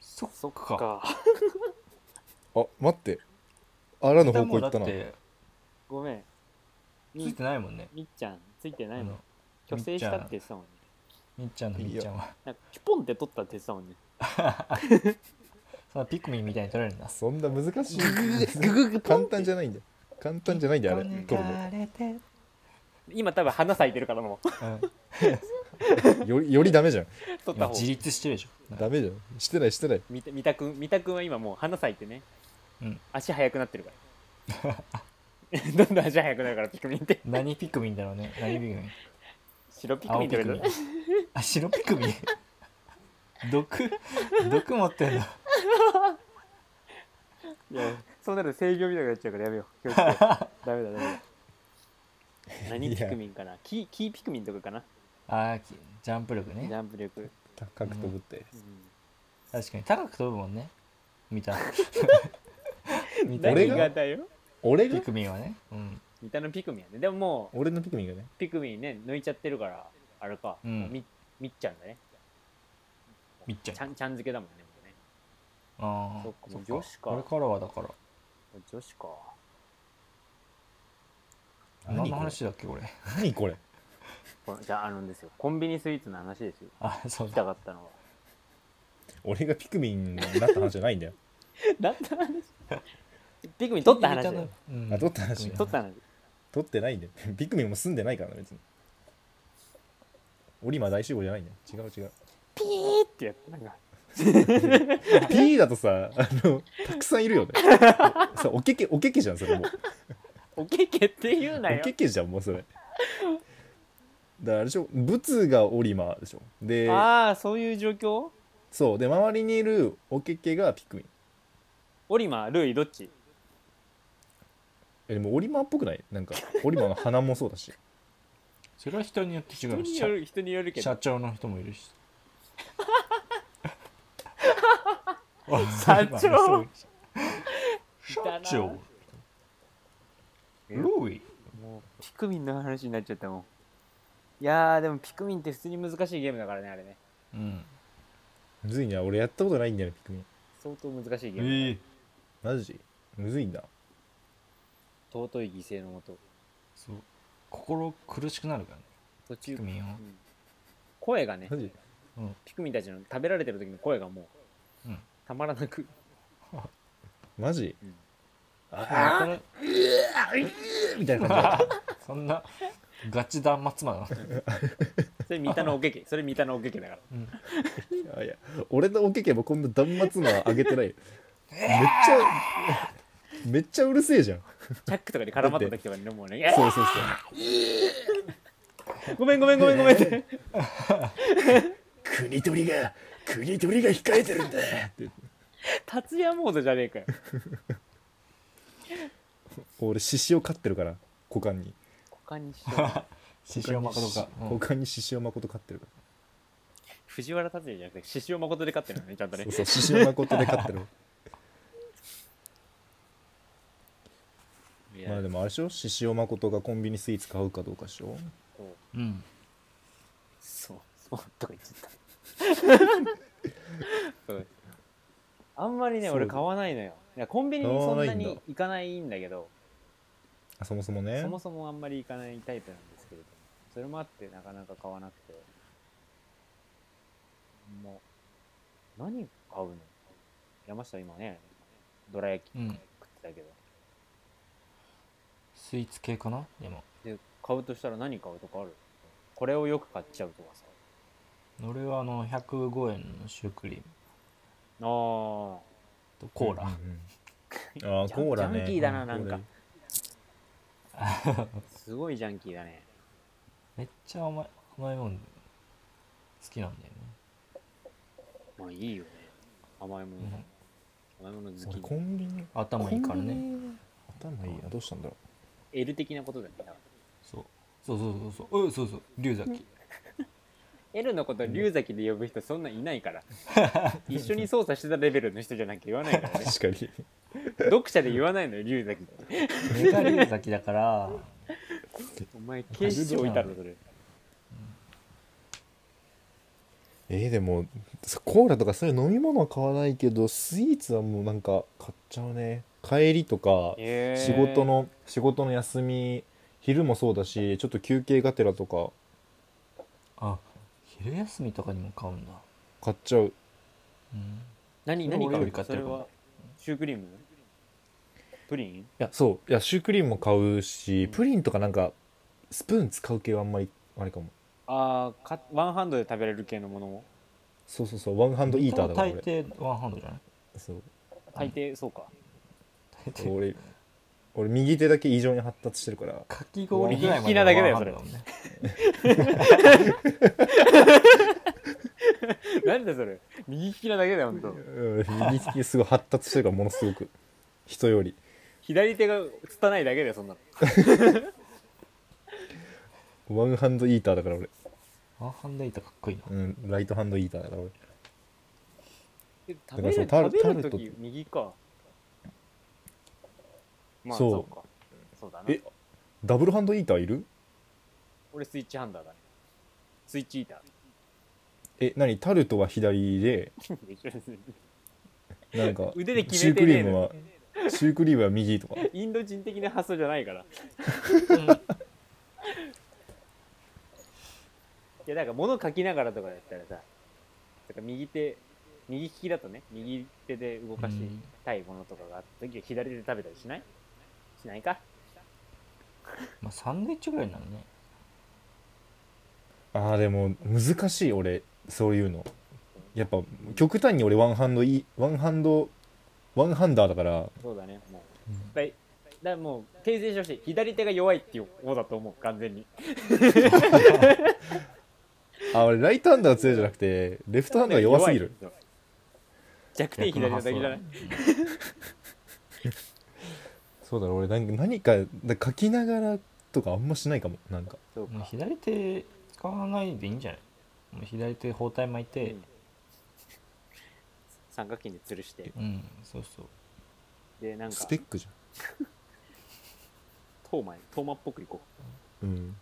Speaker 1: そっ
Speaker 2: そっ
Speaker 1: か
Speaker 2: か
Speaker 3: あ待ってあらの
Speaker 1: だ
Speaker 3: 方
Speaker 1: も
Speaker 3: 向行
Speaker 1: うだ
Speaker 3: っ
Speaker 1: った
Speaker 3: な
Speaker 1: て
Speaker 2: ごめん
Speaker 1: ついてないもんね
Speaker 2: みっちゃんついてないもん
Speaker 1: うん
Speaker 2: 虚勢したって言ってたもんね
Speaker 1: みっちゃんのみっちゃんは
Speaker 2: なんかピュポンって取ったって言ってたもんね
Speaker 1: そのピクミンみたいに取れるんだ
Speaker 3: そんな
Speaker 2: (laughs)
Speaker 3: 難しい簡単じゃないんだよ簡単じゃないんだよあれ取る
Speaker 2: 今多分花咲いてるからもう
Speaker 3: のよりよりダメじゃん
Speaker 2: 取っ
Speaker 1: 今
Speaker 2: た方
Speaker 1: 自立してるでしょ
Speaker 3: ダメじゃんしてないしてない
Speaker 2: 三田三田君三田君は今もう花咲いてね、
Speaker 1: うん
Speaker 2: 足速くなってるから (laughs) どんどん足速くなるからピクミンっ
Speaker 1: (laughs)
Speaker 2: て
Speaker 1: 何ピクミンだろうね何ピクミン
Speaker 2: 白ピク
Speaker 1: 青
Speaker 2: ミンって言われた
Speaker 1: あ白ピクミン毒毒持ってんの
Speaker 2: いやそうなると性病みたいになっちゃうからやめよ
Speaker 1: (laughs)
Speaker 2: う気をつけようダメだダメだ何ピクミンかなキーキーピクミンとかかな
Speaker 1: あーきジャンプ力
Speaker 2: ジ
Speaker 1: ね
Speaker 2: ャンプ力、
Speaker 3: 高く飛ぶって、
Speaker 2: う
Speaker 1: 確かに高く飛ぶもんね見た見
Speaker 2: ん、
Speaker 1: た
Speaker 3: 俺
Speaker 2: 何
Speaker 3: が
Speaker 2: がだよ
Speaker 3: 俺
Speaker 1: ピ
Speaker 3: が
Speaker 1: クミンはねうん
Speaker 2: 三田のピクミンやねでももう
Speaker 3: 俺のピクミンがね
Speaker 2: ピクミンね抜いちゃってるからあれか、
Speaker 1: うん
Speaker 2: みみっちゃんだね
Speaker 1: みっちゃん
Speaker 2: ちゃんちゃん付けだもんねもうね
Speaker 1: ああ
Speaker 2: そっかもう女子か
Speaker 1: これからはだから
Speaker 2: もう女子か
Speaker 1: 何の
Speaker 3: これ
Speaker 1: 話だっけこれ
Speaker 3: 何これ
Speaker 2: これじゃああのですよコンビニスイーツの話ですよ
Speaker 1: あそう
Speaker 2: 聞きた
Speaker 1: だ
Speaker 2: かったのは
Speaker 3: 俺がピクミンになった話じゃないんだよ
Speaker 2: 何の話ピクミン取った話だよ
Speaker 1: うん
Speaker 3: あ取った話
Speaker 1: ピクミン
Speaker 2: 取った話
Speaker 3: 取ってないんだよピクミンも住んでないからな別にオリマ大集合じゃないんだよ違う違う
Speaker 2: ピーってやったなんか
Speaker 3: P だとさあのたくさんいるよねさおけけおけけじゃんそれもう
Speaker 2: おけけって言うなよ
Speaker 3: おけけじゃんもうそれだからあれでしょ仏がオリマでしょで
Speaker 2: ああそういう状況
Speaker 3: そうで周りにいるおけけがピクミン
Speaker 2: オリマルイどっち
Speaker 3: えでもオリマっぽくないなんかオリマの鼻もそうだし
Speaker 1: それは人によって違
Speaker 2: 人
Speaker 1: う
Speaker 2: に
Speaker 1: 社
Speaker 2: よる人によるけど
Speaker 1: 社長の人もいる (laughs) し
Speaker 2: 社長
Speaker 1: (laughs)
Speaker 2: い
Speaker 1: 社
Speaker 2: たな
Speaker 1: 長ロイ
Speaker 2: もうピクミンの話になっちゃったもんいやーでもピクミンって普通に難しいゲームだからねあれね
Speaker 1: うん
Speaker 3: むずいな俺やったことないんだよねピクミン
Speaker 2: 相当難しいゲーム、
Speaker 1: ええ
Speaker 3: マジむずいんだ
Speaker 2: 尊い犠牲のもと
Speaker 1: そう心苦しくなるからね
Speaker 2: 途中
Speaker 1: ピクミンを
Speaker 2: うん声がね
Speaker 3: マジ
Speaker 2: ピクミンたちの食べられてる時の声がもう、
Speaker 1: うん
Speaker 2: たまらなく
Speaker 3: マジ、
Speaker 2: うん
Speaker 3: あ
Speaker 1: これ
Speaker 3: ーみたいな感じで
Speaker 1: (laughs) そんなガチ断末魔だな
Speaker 2: それ三田のおけけそれ三田のおけけだから
Speaker 3: いやいや俺のおけけもこんな断末魔上げてないよめっちゃめっちゃうるせえじゃん
Speaker 2: チャックとかに絡まった時とかにねもうね
Speaker 3: そうそうそう
Speaker 2: 「ごめんごめんごめんごめん」って
Speaker 3: 国取りが国取りが控えてるんだって
Speaker 2: 「達也モードじゃねえかよ
Speaker 3: 俺獅子を飼ってるから股間に」
Speaker 2: 他にしよう
Speaker 3: (laughs)
Speaker 1: 獅子王誠か、うん
Speaker 3: 股間に獅子を誠飼ってるか
Speaker 2: 藤原達也じゃなくて獅子王誠で勝ってるのねちゃんと
Speaker 3: ら
Speaker 2: ね
Speaker 3: そうそう獅子を誠で飼ってる
Speaker 2: いや
Speaker 3: まあでもあれでしょ獅子を誠がコンビニスイーツ買うかどうかでしょ
Speaker 2: そう
Speaker 1: うん
Speaker 2: そうそうとか言っちゃった
Speaker 3: (laughs)
Speaker 2: そうあんまりね
Speaker 3: そう
Speaker 2: 俺買わないのよいやコンビニにそんな
Speaker 3: 買わないん
Speaker 2: に
Speaker 3: だ
Speaker 2: 行かないんだけど
Speaker 3: あそもそもね
Speaker 2: そもそもあんまり行かないタイプなんですけれどもそれもあってなかなか買わなくてもう何買うの山下今ねどら焼き
Speaker 1: う
Speaker 2: 食
Speaker 1: ん
Speaker 2: ってたけど、
Speaker 1: スイーツ系かなでも
Speaker 2: で買うとしたら何買うとかあるこれをよく買っちゃうとかさ
Speaker 1: 俺はあの105円のシュークリーム
Speaker 2: あー
Speaker 1: とコーラ、
Speaker 3: うんうんあーコーラね
Speaker 2: ジャンキーだななんか
Speaker 3: うん
Speaker 2: すごいジャンキーだね
Speaker 1: めっちゃ甘い甘いもん好きなんだよね
Speaker 2: まあいいよね甘いもの、
Speaker 1: うん
Speaker 2: 甘いもの好き
Speaker 3: 俺コンビニ
Speaker 1: 頭いいからね
Speaker 3: 頭いいなどうしたんだろ
Speaker 2: L 的なことだよね
Speaker 1: そうそうそうそうそううんそうそう龍崎
Speaker 2: L のこと龍崎で呼ぶ人そんないないから
Speaker 1: (laughs)
Speaker 2: 一緒に操作してたレベルの人じゃなきゃ言わないから
Speaker 3: う
Speaker 2: ね
Speaker 3: 確かに
Speaker 2: 読者で言わないのよ龍崎って
Speaker 1: メガ龍崎だから
Speaker 2: お前警視庁置いたろそれ
Speaker 3: (laughs) えー、でもそコーラとかそういう飲み物は買わないけどスイーツはもうなんか買っちゃうね帰りとか
Speaker 2: え
Speaker 3: 仕事の、仕事の休み昼もそうだしちょっと休憩がてらとか
Speaker 1: あ昼休みとかにも買うんだ
Speaker 3: 買っちゃう
Speaker 1: うん
Speaker 2: 何
Speaker 1: それ
Speaker 2: 何
Speaker 1: 俺よ
Speaker 2: 買
Speaker 1: り
Speaker 2: う
Speaker 1: 買
Speaker 2: か
Speaker 1: って
Speaker 2: そ
Speaker 1: る
Speaker 2: れ
Speaker 1: かも
Speaker 2: はシュークリームプリン
Speaker 3: いやそういやシュークリームも買うしプリンとかなんかスプーン使う系はあんまりあれかも
Speaker 2: あーかワンハンドで食べれる系のものも
Speaker 3: そうそうそうワンハンドイーターだから
Speaker 1: 大
Speaker 3: 俺
Speaker 1: 抵ワンハンドじゃない
Speaker 3: (laughs) そう
Speaker 2: 大抵そうか (laughs)
Speaker 1: 大抵
Speaker 3: 俺俺右手だけ異常に発達してるから
Speaker 1: かき氷ぐらいま
Speaker 2: 右利き
Speaker 1: で
Speaker 2: なだけだよ
Speaker 1: ワンハンドもんね
Speaker 2: 何だそれ右利きなだけだよほんと
Speaker 3: うん右手すごい発達してるからものすごく人より
Speaker 2: 左手が拙いだけだよそんなの
Speaker 3: ワンハンドイーターだから俺、
Speaker 1: ワンハンドイートかっこいいな
Speaker 3: うん、ライトハンドイーターだから俺
Speaker 2: え
Speaker 3: か
Speaker 2: 食べ
Speaker 3: ら
Speaker 2: る
Speaker 3: そのタ
Speaker 2: 食
Speaker 3: ル
Speaker 2: べる
Speaker 3: タルト
Speaker 2: 時右かまあ
Speaker 3: そう
Speaker 2: そうかそうだな
Speaker 3: えダブルハンドイーターいる
Speaker 2: 俺スイッチハンダーだねスイッチイータ
Speaker 3: え何タルトは左で
Speaker 2: ー (laughs) 一緒ですね
Speaker 3: なんか
Speaker 2: 腕で決
Speaker 3: シュ
Speaker 2: め
Speaker 3: ーク
Speaker 2: て
Speaker 3: リ
Speaker 2: ねえ
Speaker 3: ームは
Speaker 2: の
Speaker 3: シュークリームは右とか
Speaker 2: インド人的な発想じゃないからいやなんか物書きながらとかだったらさだから右手右利きだとね右手で動かしたいものとかがあった時は左手で食べたりしないしないか
Speaker 1: まあサンドイッチぐらいなのね
Speaker 3: あーでも難しい俺そういうのやっぱ極端に俺ワンハンドイーワンハンドワンハンダーだから
Speaker 2: そうだねもういっぱいだからもう訂正してほしい左手が弱いっていう方だと思う完全に
Speaker 3: あ俺ライトハンダーが強いじゃなくてレフトハンダーが弱すぎる
Speaker 2: 弱い弱点左手だけじゃない
Speaker 3: そうだろ俺なんか何かだ書きながらとかあんましないかもなんか
Speaker 2: そう
Speaker 1: もう
Speaker 2: か
Speaker 1: 左手使わないでいいんじゃないもう左手包帯巻いて
Speaker 2: うん三角筋で吊るして
Speaker 1: うんそうそう
Speaker 2: でなんか
Speaker 3: スペックじ
Speaker 2: トーマトーマっぽくいこ
Speaker 3: ゃんうん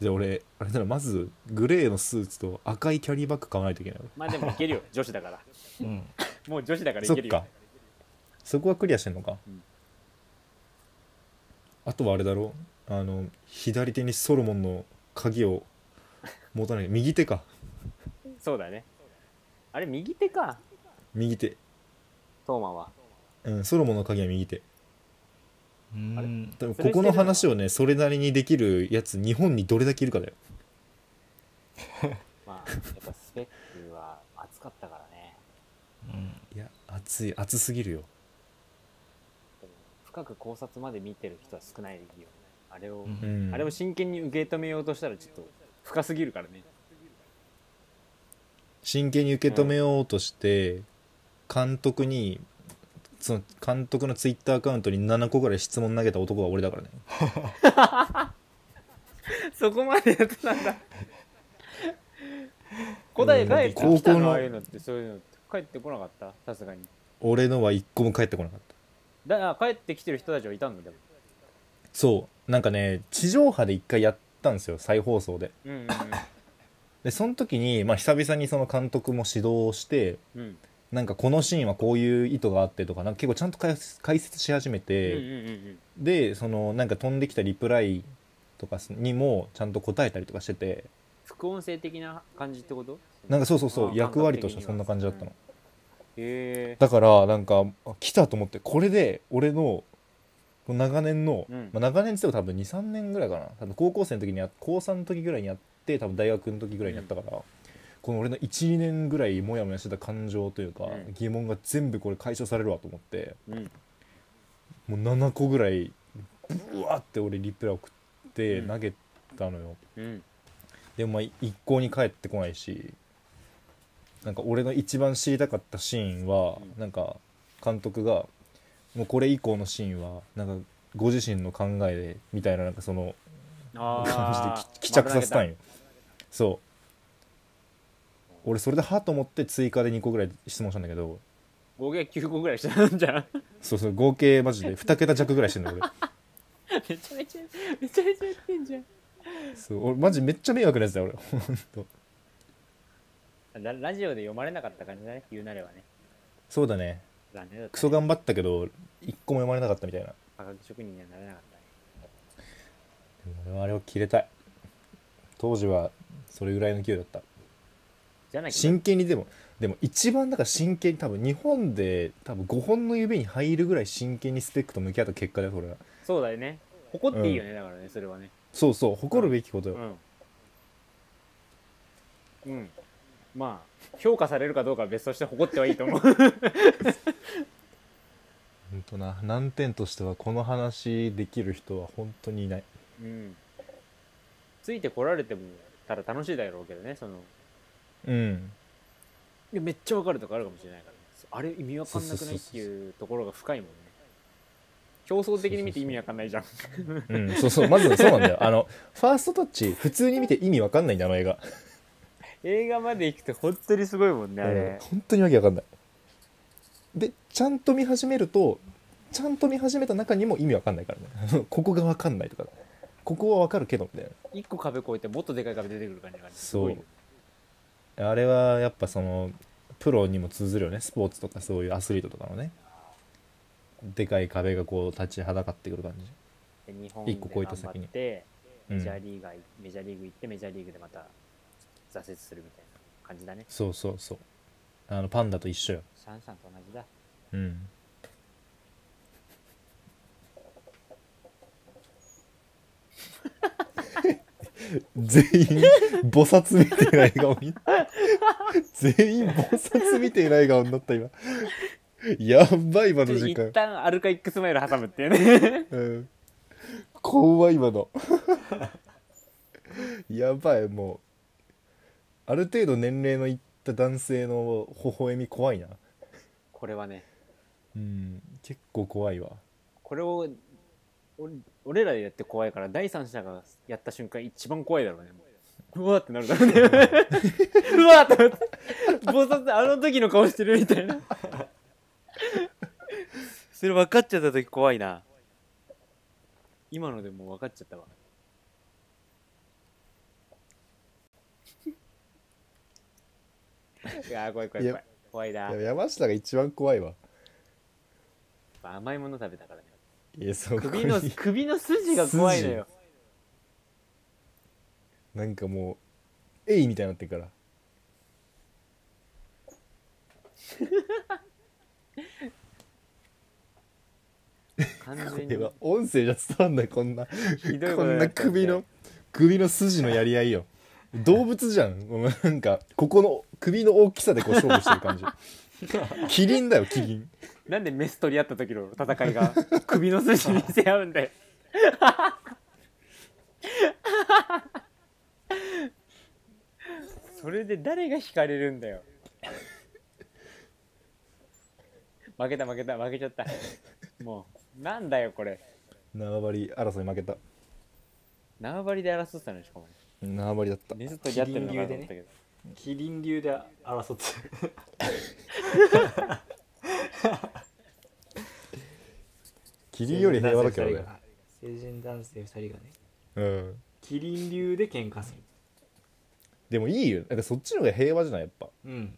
Speaker 3: じゃあ俺あれならまずグレーのスーツと赤いキャリーバッグ買わないといけないう
Speaker 2: まあでもいける (laughs) よ女子だから
Speaker 1: うん
Speaker 2: もう女子だからい
Speaker 3: そっ
Speaker 2: けるよ
Speaker 3: かそこはクリアしてんのか、
Speaker 2: うん
Speaker 3: あとはあれだろあの左手にソロモンの鍵を持たない右手か
Speaker 2: そうだねあれ右手か
Speaker 3: 右手、
Speaker 2: トーマは
Speaker 3: うん、ソロモンの鍵は右手
Speaker 1: う
Speaker 2: あれ
Speaker 1: ん
Speaker 3: 多分
Speaker 2: それ
Speaker 3: ここの話をねそれなりにできるやつ日本にどれだけいるかだよ
Speaker 2: まあやっぱスペックは熱かったからね
Speaker 1: うん
Speaker 3: いや熱い熱すぎるよ
Speaker 2: でも深く考察まで見てる人は少ないよあれを、
Speaker 1: うん
Speaker 3: うん
Speaker 2: あれを真剣に受け止めようとしたらちょっと深すぎるからね
Speaker 3: 真剣に受け止めようとして監督にその監督のツイッターアカウントに7個ぐらい質問投げた男が俺だからね
Speaker 2: そこまでやってた (laughs) んだ答え返ってきた
Speaker 3: 高校の
Speaker 2: のああいうのってそういうのって返ってこなかったさすがに
Speaker 3: 俺のは1個も返ってこなかった
Speaker 2: だあ帰ってきてる人たちはいたんだでも
Speaker 3: そうなんかね地上波で1回やったんですよ再放送で
Speaker 2: うん
Speaker 3: でその時に、まあ、久々にその監督も指導をして
Speaker 2: うんうん
Speaker 3: なんかこのシーンはこういう意図があってとかなんか結構ちゃんと解説解説し始め
Speaker 2: うん
Speaker 3: て、
Speaker 2: うんうん
Speaker 3: でそのなんか飛んできたリプライとかにもちゃんと答えたりとかしてて
Speaker 2: 副音声的な感じってこと
Speaker 3: なんかそうそうそ
Speaker 2: あ
Speaker 3: う
Speaker 2: ー
Speaker 3: 役割としてはそんな
Speaker 2: 感
Speaker 3: 感じだ
Speaker 2: 覚
Speaker 3: った
Speaker 2: 的に
Speaker 3: の
Speaker 2: はへえ
Speaker 3: だからなんかあ来たと思ってこれで俺のこう長年の、
Speaker 2: うん
Speaker 3: まあ、長年っつっても多分23年ぐらいかな多分高校生の時にや高3の時ぐらいにやって多分大学の時ぐらいにやったから、この俺の12年ぐらいモヤモヤしてた感情というか、
Speaker 2: うん
Speaker 3: 疑問が全部これ解消されるわと思って
Speaker 2: うん
Speaker 3: もう7個ぐらいブワーって俺リプライ送って
Speaker 2: うん
Speaker 3: 投げたのよ、 (laughs)
Speaker 2: うん
Speaker 3: でもまあ一向に帰ってこないしなんか俺の一番知りたかったシーンは、
Speaker 2: うん
Speaker 3: なんか監督がもうこれ以降のシーンはなんかご自身の考えでみたいななんかその
Speaker 2: あ
Speaker 3: 感じで
Speaker 2: ー
Speaker 3: き帰着させたん
Speaker 2: 丸
Speaker 3: よそう俺それではと思って追加で2個ぐらい質問したんだけど
Speaker 2: 投げた合計9個ぐらいしたんじ
Speaker 3: (laughs)
Speaker 2: ゃん
Speaker 3: そうそう合計マジ
Speaker 2: (laughs)
Speaker 3: で2桁弱ぐらいしてんだ俺
Speaker 2: めちゃめちゃめちゃめちゃやってんじゃん
Speaker 3: そう俺マジめっちゃ迷惑なやつだよ俺ほんと
Speaker 2: ララジオで読まれなかった感じだね言うなればね
Speaker 3: そうだね
Speaker 2: 残念だったね
Speaker 3: クソ頑張ったけど1個も読まれなかったみたいな
Speaker 2: 科学職人にはなれなかったね
Speaker 3: でも俺はあれを切れたい当時はそれぐらいの勢いだった
Speaker 2: じゃなきゃ
Speaker 3: 真剣にでもでも一番だから真剣に多分日本で多分5本の指に入るぐらい真剣にスペックと向き合った結果だよそれは
Speaker 2: そうだよね誇っていいよね、だからねそれはね
Speaker 3: そうそう誇るべきこと
Speaker 2: う
Speaker 3: よ、
Speaker 2: んうんまあ評価されるかどうかは別として誇ってはいいと思
Speaker 3: (laughs)
Speaker 2: う
Speaker 3: ほんとな難点としてはこの話できる人は本当にいない
Speaker 2: うんついてこられてもただ楽しいだろうけどねその
Speaker 3: うん
Speaker 2: いやめっちゃわかるとかあるかもしれないからねあれ意味わかんなくないっていうところが深いもんね表層的に見て意味わかんないじゃん
Speaker 3: うんそうそうまずそうなんだよあのファーストタッチ普通に見て意味わかんないんだあの映画、
Speaker 2: 映画まで行くと本当にすごいもんねあ
Speaker 3: うん
Speaker 2: れ、
Speaker 3: 本当にわけわかんないでちゃんと見始めるとちゃんと見始めた中にも意味わかんないからね (laughs) ここがわかんないとかここはわかるけどみたい
Speaker 2: 一個壁越えてもっとでかい壁出てくる感じがねす
Speaker 3: そう
Speaker 2: ごいよ
Speaker 3: なあれはやっぱそのプロにも通ずるよねスポーツとかそういうアスリートとかのねでかい壁がこう立ちはだかってくる感じ、
Speaker 2: で日本で
Speaker 3: 一個
Speaker 2: 頑
Speaker 3: 越え
Speaker 2: 張っ
Speaker 3: た先に
Speaker 2: て
Speaker 3: う
Speaker 2: メジャー
Speaker 3: ん、
Speaker 2: リーガーメジャーリーグ行ってメジャーリーグでまた挫折するみたいな感じだね
Speaker 3: そうそうそうあのパンダと一緒よ
Speaker 2: シャンシャンと同じだ
Speaker 3: うん全員菩薩みたいな笑顔に全員菩薩みたいな笑顔になった今やっばい今の時間
Speaker 2: 一旦アルカイックスマイル挟むっていう (laughs) ね
Speaker 3: うん怖い今のやばいもうある程度年齢のいった男性の微笑み怖いな
Speaker 2: これはね
Speaker 3: うん結構怖いわ
Speaker 2: これを俺俺らでやって怖いから第三者がやった瞬間一番怖いだ (laughs) ろうねもううわーってなるだろう (laughs) ねうわーってなって暴殺あの時の顔してるみたいな (laughs) それ分かっちゃった時怖いな今のでもう分かっちゃった (laughs) わいやー怖い怖い
Speaker 3: い
Speaker 2: 怖
Speaker 3: や
Speaker 2: い怖いな
Speaker 3: でも山下が一番怖いわ
Speaker 2: 甘いもの食べたからね (laughs)
Speaker 3: いやそう
Speaker 2: 首の
Speaker 3: ここに
Speaker 2: 首の筋が怖いのよ
Speaker 3: なんかもう「えい!」みたいになってるから
Speaker 2: 完
Speaker 3: こ
Speaker 2: 全
Speaker 3: れ
Speaker 2: に
Speaker 3: は音声じゃ伝わんないこんな
Speaker 2: ひどい
Speaker 3: こ
Speaker 2: と
Speaker 3: ん
Speaker 2: や
Speaker 3: な
Speaker 2: ったで
Speaker 3: 首の首の筋のやり合いよ動物じゃんこのなんかここの首の大きさでこう勝負してる感じ
Speaker 2: (laughs)
Speaker 3: キリンだよキリン
Speaker 2: なんでメス取り合った時の戦いが (laughs) 首の筋見せ合うんだよ (laughs) それで誰が惹かれるんだよ負けた負けた負けちゃったもうなんだよこれ
Speaker 3: 縄張り争い負けた
Speaker 2: 縄張りで争ってたのにしかもね
Speaker 3: 縄張りだった
Speaker 2: メス取り合ってるのかなと思ったけど、
Speaker 1: キリン流で争ってる
Speaker 3: キリンより平和だけど
Speaker 1: (laughs)
Speaker 3: ね
Speaker 1: 成人男性2人がね
Speaker 3: うん
Speaker 1: キリン流で喧嘩する
Speaker 3: でもいいよなんかそっちの方が平和じゃないやっぱ
Speaker 1: うん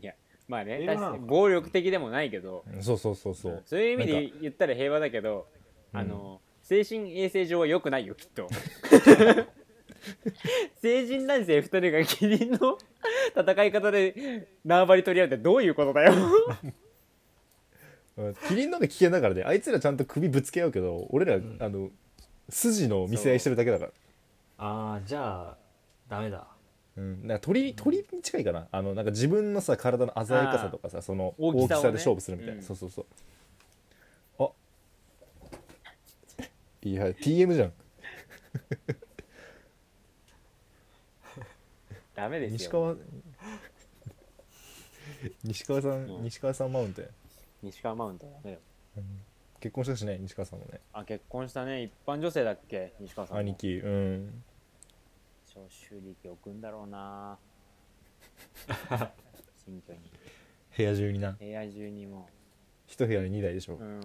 Speaker 2: いやまあね
Speaker 1: 平
Speaker 2: 確
Speaker 1: 和なの
Speaker 2: か
Speaker 1: か
Speaker 2: に暴力的でもないけど
Speaker 3: そうそうそうそ
Speaker 2: そうういう意味で言ったら平和だけど
Speaker 3: うん
Speaker 2: あの、精神衛生上は良くないよきっ
Speaker 3: (laughs)
Speaker 2: と成人男性2人がキリンの (laughs) 戦い方で縄張り取り合うってどういうことだ
Speaker 3: (laughs)
Speaker 2: よ
Speaker 3: うんキリンの方が危険だからねあいつらちゃんと首ぶつけ合うけど俺ら、
Speaker 1: ん
Speaker 3: あの筋の見せ合いしてるだけだから
Speaker 1: ああじゃあダメだ
Speaker 3: うん、なんか鳥鳥に近いかなあのなんか自分のさ体の鮮やかさとかさその
Speaker 2: 大
Speaker 3: 大
Speaker 2: き
Speaker 3: き
Speaker 2: さをね
Speaker 3: さで勝負するみたいな、
Speaker 2: うん
Speaker 3: そうそうそうあいや TM じゃん
Speaker 2: ダメです
Speaker 3: 西
Speaker 2: よ
Speaker 3: 川西川さん、
Speaker 2: うん
Speaker 3: 西川さんマウンテン
Speaker 2: 西川マウントはダメだよ
Speaker 3: 結婚したしね西川さんもね
Speaker 2: あ結婚したね一般女性だっけ西川さんも
Speaker 3: 兄貴うん
Speaker 2: 長州力置くんだろう
Speaker 3: (laughs)
Speaker 2: な新居に
Speaker 3: 部屋中にな
Speaker 2: 部屋中にも
Speaker 3: 一部屋に2台でしょ、
Speaker 2: ううん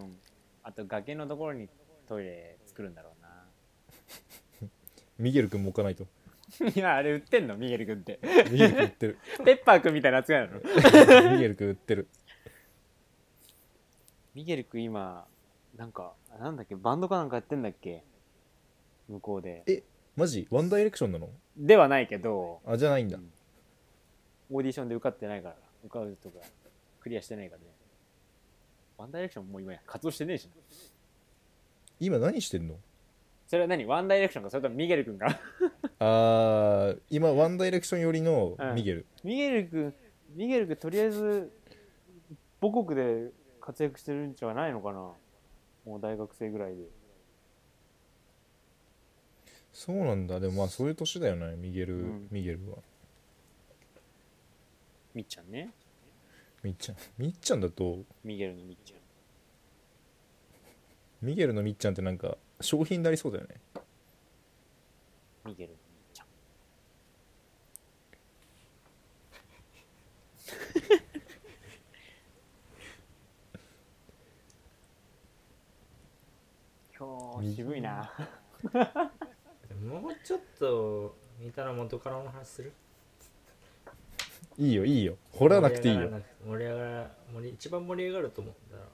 Speaker 2: あと崖のところにトイレ作るんだろうな
Speaker 3: ミゲル君も置かな
Speaker 2: (laughs)
Speaker 3: いと (laughs)
Speaker 2: いやあれ売ってんのミゲル君って
Speaker 3: ミゲル君売ってる
Speaker 2: ペッパー君みたいな扱いなの
Speaker 3: ミゲル君売ってる
Speaker 2: ミゲル君今なんかなんだっけバンドかなんかやってんだっけ向こうで
Speaker 3: えマジワンダイレクションなの
Speaker 2: ではないけど
Speaker 3: あじゃないんだ、
Speaker 2: うんオーディションで受かってないから受かるとかクリアしてないからねワンダイレクションもう今や活動してねえしな
Speaker 3: 今何してんの
Speaker 2: それは何ワンダイレクションかそれともミゲル君か (laughs)
Speaker 3: あー今ワンダイレクション寄りのミゲル、
Speaker 2: ミゲル君ミゲル君とりあえず母国で活躍してるんじゃないのかなもう大学生ぐらいで
Speaker 3: そうなんだでもまあそういう年だよねミゲル、
Speaker 2: うん
Speaker 3: ミゲルは
Speaker 2: みっちゃんね
Speaker 3: みっちゃんみっちゃんだと
Speaker 2: ミゲルのみっちゃん
Speaker 3: ミゲルのみっちゃんってなんか商品になりそうだよね
Speaker 2: ミゲルのみっちゃん (laughs) 今日渋いな
Speaker 1: もうちょっと見たら元からの話する
Speaker 3: いいよいいよ掘らなくていいよ
Speaker 1: 盛り上がらな盛り一番盛り上がると思うんだから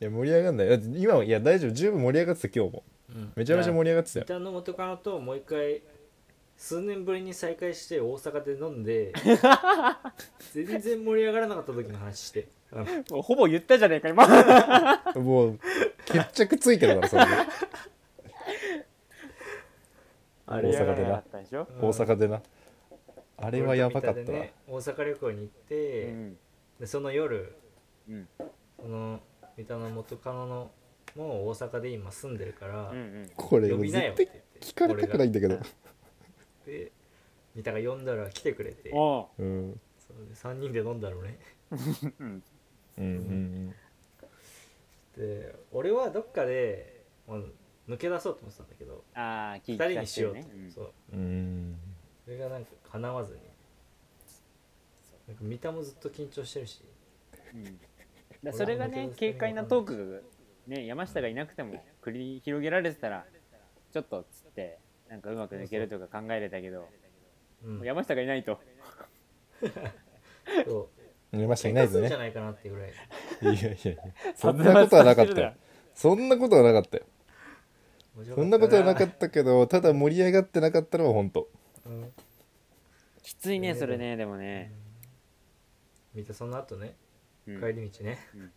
Speaker 3: いや盛り上がんないだって今はいや大丈夫十分盛り上がってた今日も
Speaker 1: うん
Speaker 3: めちゃめちゃ盛り上がってた
Speaker 1: ギ
Speaker 3: よ
Speaker 1: ターの元カノともう一回数年ぶりに再会して大阪で飲
Speaker 3: (laughs)
Speaker 1: んで全然盛り上がらなかった時の話してあの
Speaker 2: もうほぼ言ったじゃねえか今
Speaker 3: もう決着ついてるからそ (laughs) れで
Speaker 1: あ
Speaker 3: 大
Speaker 1: れや
Speaker 3: 阪
Speaker 1: ば
Speaker 3: で
Speaker 1: い
Speaker 2: なか
Speaker 3: な
Speaker 2: ったでしょ、
Speaker 1: うん
Speaker 3: 大阪でなあれはやばかった
Speaker 1: 俺と三田で
Speaker 3: な
Speaker 1: ね、大阪旅行に行って、
Speaker 2: うん
Speaker 1: でその夜
Speaker 2: うん
Speaker 1: その三田の元カノのもう大阪で今住んでるから
Speaker 2: うんう、ん
Speaker 3: これ
Speaker 1: 呼び
Speaker 3: 絶
Speaker 1: なよって
Speaker 3: 対
Speaker 1: 言って
Speaker 3: 聞かれたくないんだけど
Speaker 1: 俺がで三田が呼んだら来てくれて
Speaker 2: おう
Speaker 3: うん
Speaker 1: そうで3人で飲んだろうね
Speaker 2: うん
Speaker 3: うんうん
Speaker 1: で俺はどっかでもう抜け出そうと思ってたんだけど
Speaker 2: ああ聞
Speaker 1: 2
Speaker 2: いて
Speaker 1: 人にしようと、
Speaker 2: ね
Speaker 1: そう
Speaker 3: うんうん
Speaker 1: それがなんか叶わずになんか三田もずっと緊張してるし
Speaker 2: うんうんだそれがね軽快なトークがね山下がいなくても繰り広げられてたらちょっとっつってなんかうまく抜けるとか考えれたけど
Speaker 1: うん
Speaker 2: 山下がいないと
Speaker 1: そう
Speaker 3: 山下いない
Speaker 1: 喧嘩す
Speaker 3: ぞ
Speaker 1: る
Speaker 3: ね
Speaker 1: んじゃないかなってい
Speaker 3: (laughs)
Speaker 1: うぐらい
Speaker 3: いやいやいや、そんなことはなかったよ。そんなことはなかったよ。
Speaker 1: そ
Speaker 3: そんなことはなかったけどただ盛り上がってなかったのは本当
Speaker 1: た。うん
Speaker 2: (laughs) きついねそれねでもね、
Speaker 1: 見たその後ね、
Speaker 2: うん
Speaker 1: 帰り道ね
Speaker 2: うん。
Speaker 1: もう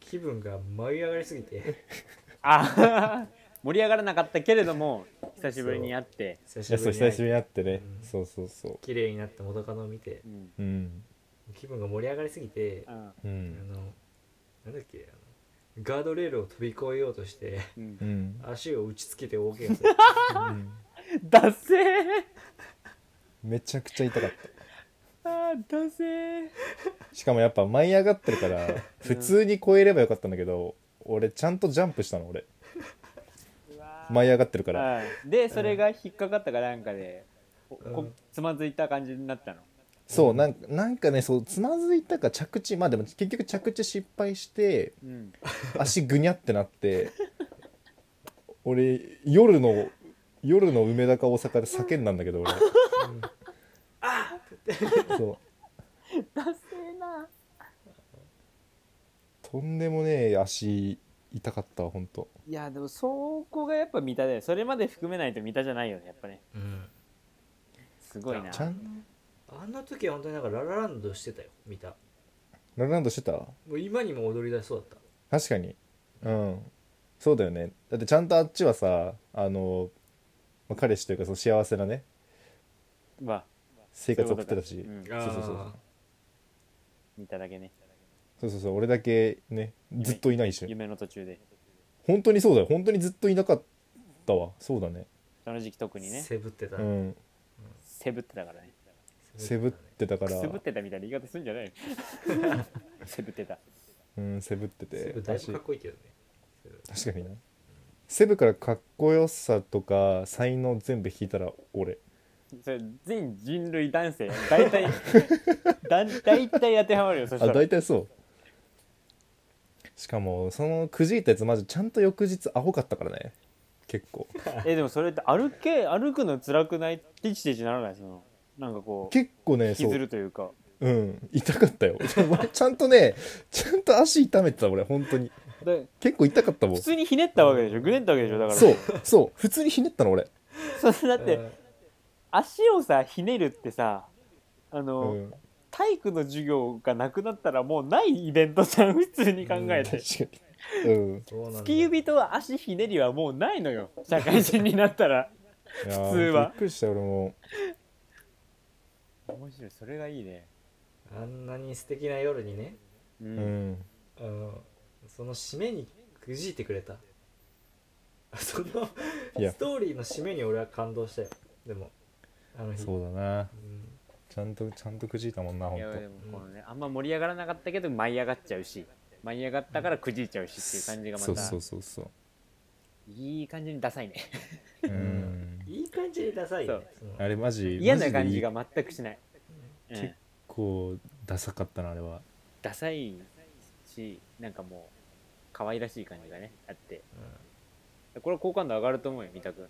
Speaker 1: 気分が舞い上がりすぎて、
Speaker 2: あ (laughs) 盛り上がらなかったけれども久しぶりに会って
Speaker 1: 久
Speaker 3: いやそう久しぶりに会ってね、
Speaker 1: うん
Speaker 3: そうそうそ
Speaker 1: 綺麗になった元カノを見て
Speaker 2: う、ん
Speaker 3: ううん
Speaker 1: 気分が盛り上がりすぎて、
Speaker 2: う
Speaker 1: あ
Speaker 2: ん
Speaker 3: う
Speaker 1: の
Speaker 3: ん、
Speaker 1: なんだっけ、あのガードレールを飛び越えようとして、
Speaker 2: うん
Speaker 3: うん
Speaker 1: 足を打ちつけて大怪我する。
Speaker 3: う
Speaker 2: (laughs)
Speaker 3: ん、
Speaker 2: ダセー
Speaker 3: めちゃくちゃ痛かっ
Speaker 2: あーダセー
Speaker 3: たしかもやっぱ舞い上がってるから普通に超えればよかったんだけど俺ちゃんとジャンプしたの俺
Speaker 2: うわー
Speaker 3: 舞い上がってるから
Speaker 2: うんでそれが引っかかったかなんかで、おこ
Speaker 1: うん
Speaker 2: つまずいた感じになったの
Speaker 3: そうなんかなんかねそうつまずいたか着地まあでも結局着地失敗して
Speaker 2: うん
Speaker 3: 足ぐにゃってなって俺夜の夜の梅田か大阪で叫んだんだけど俺
Speaker 1: うん
Speaker 3: そう
Speaker 2: ダセーな
Speaker 3: とんでもねえ足痛かったわほんと
Speaker 2: いやでもそこがやっぱ三田だよそれまで含めないと三田じゃないよねやっぱね
Speaker 1: うん
Speaker 2: すごいな
Speaker 3: ちゃん
Speaker 1: あんな時は本当になんかララランドしてたよ見た
Speaker 3: ララランドしてた
Speaker 1: もう今にも踊り出しそうだっ
Speaker 3: 確かにうんそうだよねだってちゃんとあっちはさあの、まあ彼氏というかその幸せなね
Speaker 2: わ
Speaker 3: 生活を送ってた
Speaker 2: そうい
Speaker 3: し
Speaker 2: うこと
Speaker 1: た
Speaker 2: か
Speaker 3: そうそうそう
Speaker 1: あ
Speaker 2: うん、三田だけね
Speaker 3: そうそうそう俺だけねずっといないし
Speaker 2: 夢の途中で
Speaker 3: 本当にそうだよ本当にずっといなかったわそうだね
Speaker 2: その時期特
Speaker 1: ー
Speaker 2: にね
Speaker 1: せぶってた
Speaker 3: う
Speaker 1: ね
Speaker 3: ん
Speaker 2: セブってたからね
Speaker 3: セブってたか
Speaker 2: く
Speaker 3: ら
Speaker 2: すぶってたみたいな言い方するんじゃないよ (laughs) セブってた
Speaker 3: うんセブって
Speaker 1: たねセ
Speaker 3: て
Speaker 1: ブだいぶかっこいいけどねセブ
Speaker 3: 確かになセブからかっこよさとか才能全部引いたら俺
Speaker 2: それ全人類男性大体だ大体当てはまるよそし
Speaker 3: あ
Speaker 2: たら
Speaker 3: 大体そうしかもそのくじいたやつマジちゃんと翌日アホかったからね結構
Speaker 2: えでもそれって歩け歩くの辛くないってちてちならないそのなんかこう
Speaker 3: 結構ね
Speaker 2: 引
Speaker 3: そ
Speaker 2: きずる
Speaker 3: う
Speaker 2: というか
Speaker 3: うん痛かったよ (laughs) でもちゃんとねちゃんと足痛めてた俺本当に
Speaker 2: で
Speaker 3: 結構痛かったもん
Speaker 2: 普通にひねったわけでしょぐねったわけでしょだから
Speaker 3: そうそう普通にひねったの俺
Speaker 2: (laughs) そうだって
Speaker 1: うん
Speaker 2: 足をさひねるってさあ
Speaker 3: う
Speaker 2: の、
Speaker 3: ん
Speaker 2: 体育の授業がなくなったらもうないイベントじゃん普通に考えて、
Speaker 3: 確かにうん
Speaker 1: そうなんだ
Speaker 2: 突き指と足ひねりはもうないのよ社会人になった
Speaker 3: (laughs)
Speaker 2: ら
Speaker 3: いやー
Speaker 2: 普通は
Speaker 3: びっくりした俺も
Speaker 2: 面白いそれがいいね
Speaker 1: あんなに素敵な夜にね
Speaker 2: う、
Speaker 3: うんん
Speaker 1: あのその締めにくじいてくれた (laughs) その
Speaker 3: いや
Speaker 1: ストーリーの締めに俺は感動したよでもあの日
Speaker 3: そうだな
Speaker 1: うん
Speaker 3: ちゃんとちゃんとくじいたもんな本
Speaker 2: い
Speaker 3: 当
Speaker 2: やでもこのねあんま盛り上がらなかったけど舞い上がっちゃうし舞い上がったからくじいちゃうしっていう感じがま
Speaker 3: そう
Speaker 2: た
Speaker 3: そうそうそう
Speaker 2: いい感じにダサいね
Speaker 3: うん
Speaker 1: いい感じにダサいよねその
Speaker 3: あれマジ
Speaker 2: 嫌
Speaker 3: マ
Speaker 2: な
Speaker 3: ジでい
Speaker 2: 感じが全くしない、うん
Speaker 3: 結構ダサかったなあれは
Speaker 2: ダサいしなんかもう可愛らしい感じがねあってこれは好感度上がると思うよ三田君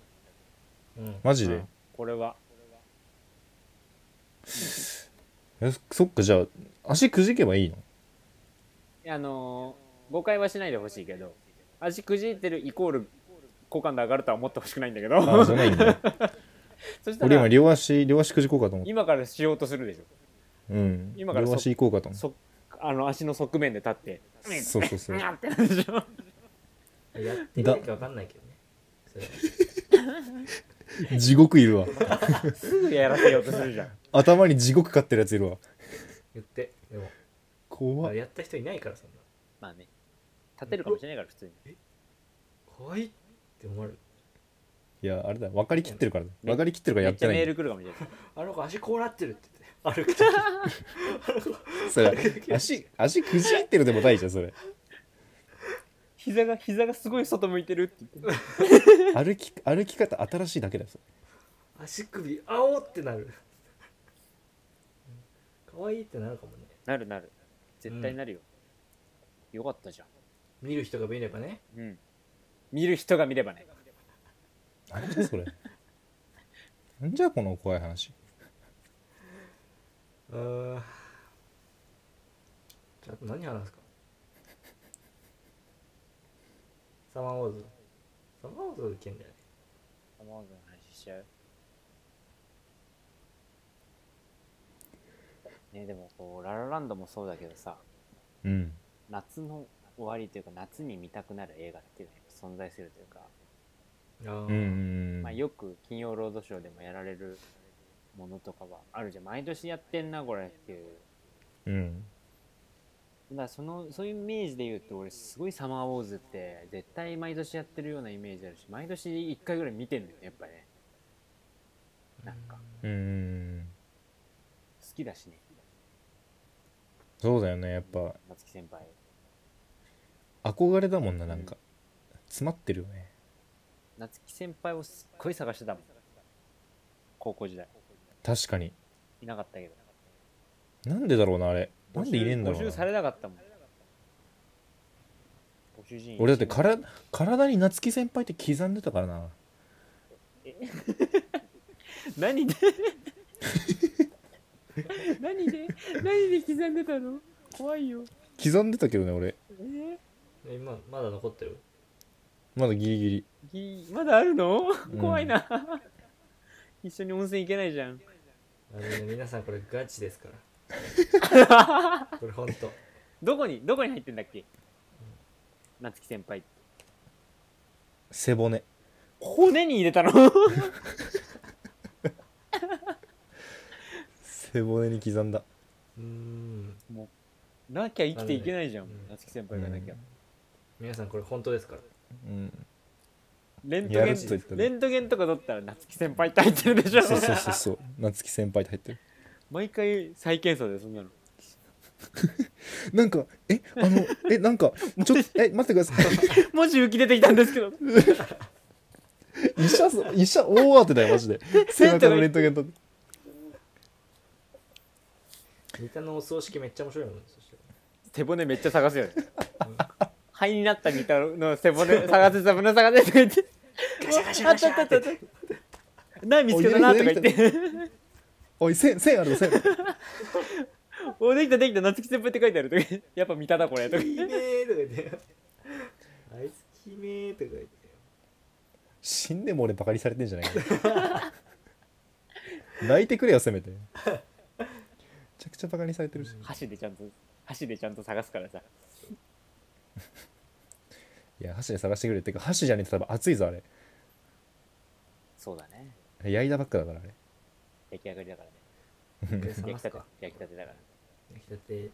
Speaker 1: うんうん
Speaker 3: マジで、
Speaker 2: うんこれは
Speaker 3: えそっかじゃあ足くじけば
Speaker 2: (laughs)
Speaker 3: いいの
Speaker 2: あのー誤解はしないでほしいけど足くじいてるイコール好感度上がるとは思ってほしくないんだけど
Speaker 3: あじゃないんだ
Speaker 2: (laughs) そした
Speaker 3: 俺今
Speaker 2: ら
Speaker 3: 両足両足くじこうかと思って
Speaker 2: 今からしようとするでしょ
Speaker 3: うん
Speaker 2: 今からそ
Speaker 3: 両足行こうかと思って
Speaker 2: そあの足の側面で立って
Speaker 3: そうそうそう
Speaker 2: にゃってなるでしょ (laughs)
Speaker 1: やってみなきゃわかんないけどねそれ
Speaker 3: 地獄いるわ
Speaker 2: すぐやらせようとするじゃ
Speaker 3: (laughs)
Speaker 2: ん
Speaker 3: 頭に地獄飼ってるやついるわ
Speaker 1: 言ってでも
Speaker 3: 怖
Speaker 1: あ
Speaker 3: っ
Speaker 1: やった人いないからそんな
Speaker 2: まあね立てるかもしれないから普通に
Speaker 1: 怖いって思われる
Speaker 3: いやあれだ分かりきってるからね
Speaker 2: め
Speaker 3: 分かりきってるから
Speaker 2: め
Speaker 3: やっ
Speaker 2: っち
Speaker 3: て
Speaker 2: ゃ
Speaker 3: な
Speaker 2: メー
Speaker 3: い
Speaker 2: ル来るかもしれない
Speaker 1: あの子足こうなってるって言って歩くとき
Speaker 3: それ足足くじいてるでもないじゃんそれ
Speaker 2: 膝が膝がすごい外向いてるって言って
Speaker 3: 歩き歩き方新しいだけだよそれ
Speaker 1: (laughs) 足首あおってなる可愛いってなるかもね
Speaker 2: なるなる絶対なるよ、よかったじゃ
Speaker 1: 見る人が見ればね
Speaker 2: んうん見る人が見ればね
Speaker 3: なんじゃそれなんじゃこの怖い話
Speaker 1: うーんじゃああと何話すかサマーウォーズ卵と受けんだよね
Speaker 2: 卵の話しちゃうねでもこうララランドもそうだけどさ
Speaker 4: うん
Speaker 2: 夏の終わりというか夏に見たくなる映画っていうのが存在するというか、
Speaker 1: あー、
Speaker 3: うんうん
Speaker 2: まあ、よく金曜ロードショーでもやられるものとかはあるじゃん毎年やってんなこれっていう
Speaker 3: うん
Speaker 2: だからそのそういうイメージで言うと俺すごい「サマーウォーズ」って絶対毎年やってるようなイメージあるし毎年1回ぐらい見てんだよねやっぱねなんか
Speaker 3: うんうん
Speaker 2: 好きだしね
Speaker 3: そうだよねやっぱ
Speaker 2: 夏木先輩
Speaker 3: 憧れだもんななんか、詰まってるよね
Speaker 2: 夏木先輩をすっごい探してたもん高校時代
Speaker 3: 確かに
Speaker 2: いなかったけど
Speaker 3: なんでだろうなあれなんでいねえんだろ
Speaker 2: 募
Speaker 3: う
Speaker 2: 集さ
Speaker 3: な
Speaker 2: れなかったもん募集人員
Speaker 3: 俺だってから体に夏木先輩って刻んでたからな
Speaker 2: (laughs) 何
Speaker 3: (laughs)
Speaker 2: で何で何で刻んでたの怖いよ
Speaker 3: 刻んでたけどね俺
Speaker 2: えー
Speaker 1: え今まだ残ってる
Speaker 3: まだギリギリ
Speaker 2: ぎまだあるの、
Speaker 3: うん
Speaker 2: 怖いな一緒に温泉行けないじゃん
Speaker 1: あのね皆さんこれガチですから
Speaker 2: (laughs)
Speaker 1: これほんと
Speaker 2: どこにどこに入ってんだっけ夏木先輩
Speaker 3: 背骨
Speaker 2: 骨に入れたの (laughs)
Speaker 3: 背骨に刻んだ
Speaker 1: うーん
Speaker 2: なきゃ生きていけないじゃん、
Speaker 1: あのねうん
Speaker 2: 夏木先輩がなきゃ、
Speaker 1: 皆さんこれ本当ですから
Speaker 3: うん
Speaker 2: レント
Speaker 3: や
Speaker 2: ゲ
Speaker 3: ると言った
Speaker 2: ン
Speaker 3: ね
Speaker 2: レントゲンとか取ったら夏木先輩って入ってるでしょ
Speaker 3: そうそうそうそう夏木先輩って入ってる
Speaker 2: 毎回再検査でそんなの (laughs)
Speaker 3: なんかえあのえなんかちょっとえ待ってください
Speaker 2: もし浮き出てきたんですけど
Speaker 3: 医者さん医者大当てだよマ (laughs) ジで背中のレントゲンと
Speaker 1: 三田のお葬式めっちゃ面白いもんそして
Speaker 2: 背骨めっちゃ探すよね肺になったみたいの背骨探せ背骨探せとか言ってあったあったあったあった何見つけたなとか言って
Speaker 3: おい線線あるの線
Speaker 2: おできたできた夏木先輩って書いてあるとか (laughs) 言ってやっぱ見ただこれとか
Speaker 1: 「きめー」とか言って「あいつきめー」とか言って
Speaker 3: 死んでも俺バカにされてんじゃないか (laughs) 泣いてくれよせめてめちゃくちゃバカにされてるし
Speaker 2: 箸でちゃんと箸でちゃんと探すからさ
Speaker 3: いや箸で探してくれってか箸じゃねえと多分熱いぞあれ
Speaker 2: そうだね
Speaker 3: 焼いたばっかだからあれ
Speaker 2: 焼き上がりだからね
Speaker 1: これ冷
Speaker 2: 焼
Speaker 1: ま
Speaker 2: きた
Speaker 1: す
Speaker 2: て
Speaker 1: か
Speaker 2: 焼きたてだから
Speaker 1: 焼きたて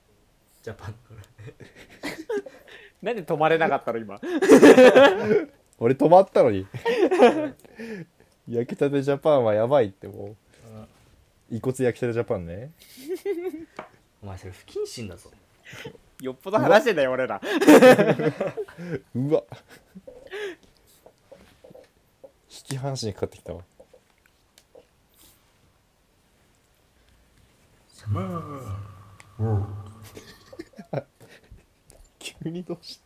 Speaker 1: ジャパンから
Speaker 2: なんで止まれなかったの (laughs) 今
Speaker 3: 俺止まったのに (laughs) 焼きたてジャパンはやばいっても
Speaker 1: うん
Speaker 3: う遺骨焼きたてジャパンね
Speaker 1: お前それ不謹慎だぞ
Speaker 2: よっぽど話してたよ俺ら
Speaker 3: うわ (laughs) 引き離しにかかってきたわ急にどうし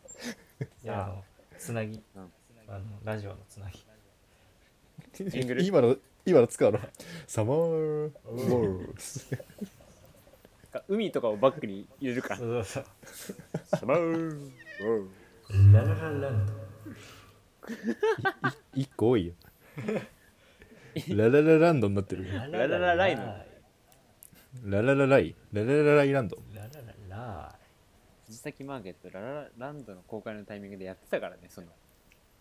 Speaker 3: た
Speaker 1: いやあのつなぎ、
Speaker 2: うん
Speaker 1: あのラジオのつなぎ
Speaker 2: ングル
Speaker 3: 今の今の使うのサマーウォール
Speaker 2: 海とかをバックに入れ (laughs) るから
Speaker 1: そうそう
Speaker 2: サマー
Speaker 1: そうラララランド
Speaker 3: 一個多いよラララランドになってる
Speaker 2: ラララライの
Speaker 3: ラララライラララライランド
Speaker 1: ララララ
Speaker 2: 藤崎マーケットラララランドの公開のタイミングでやってたからねその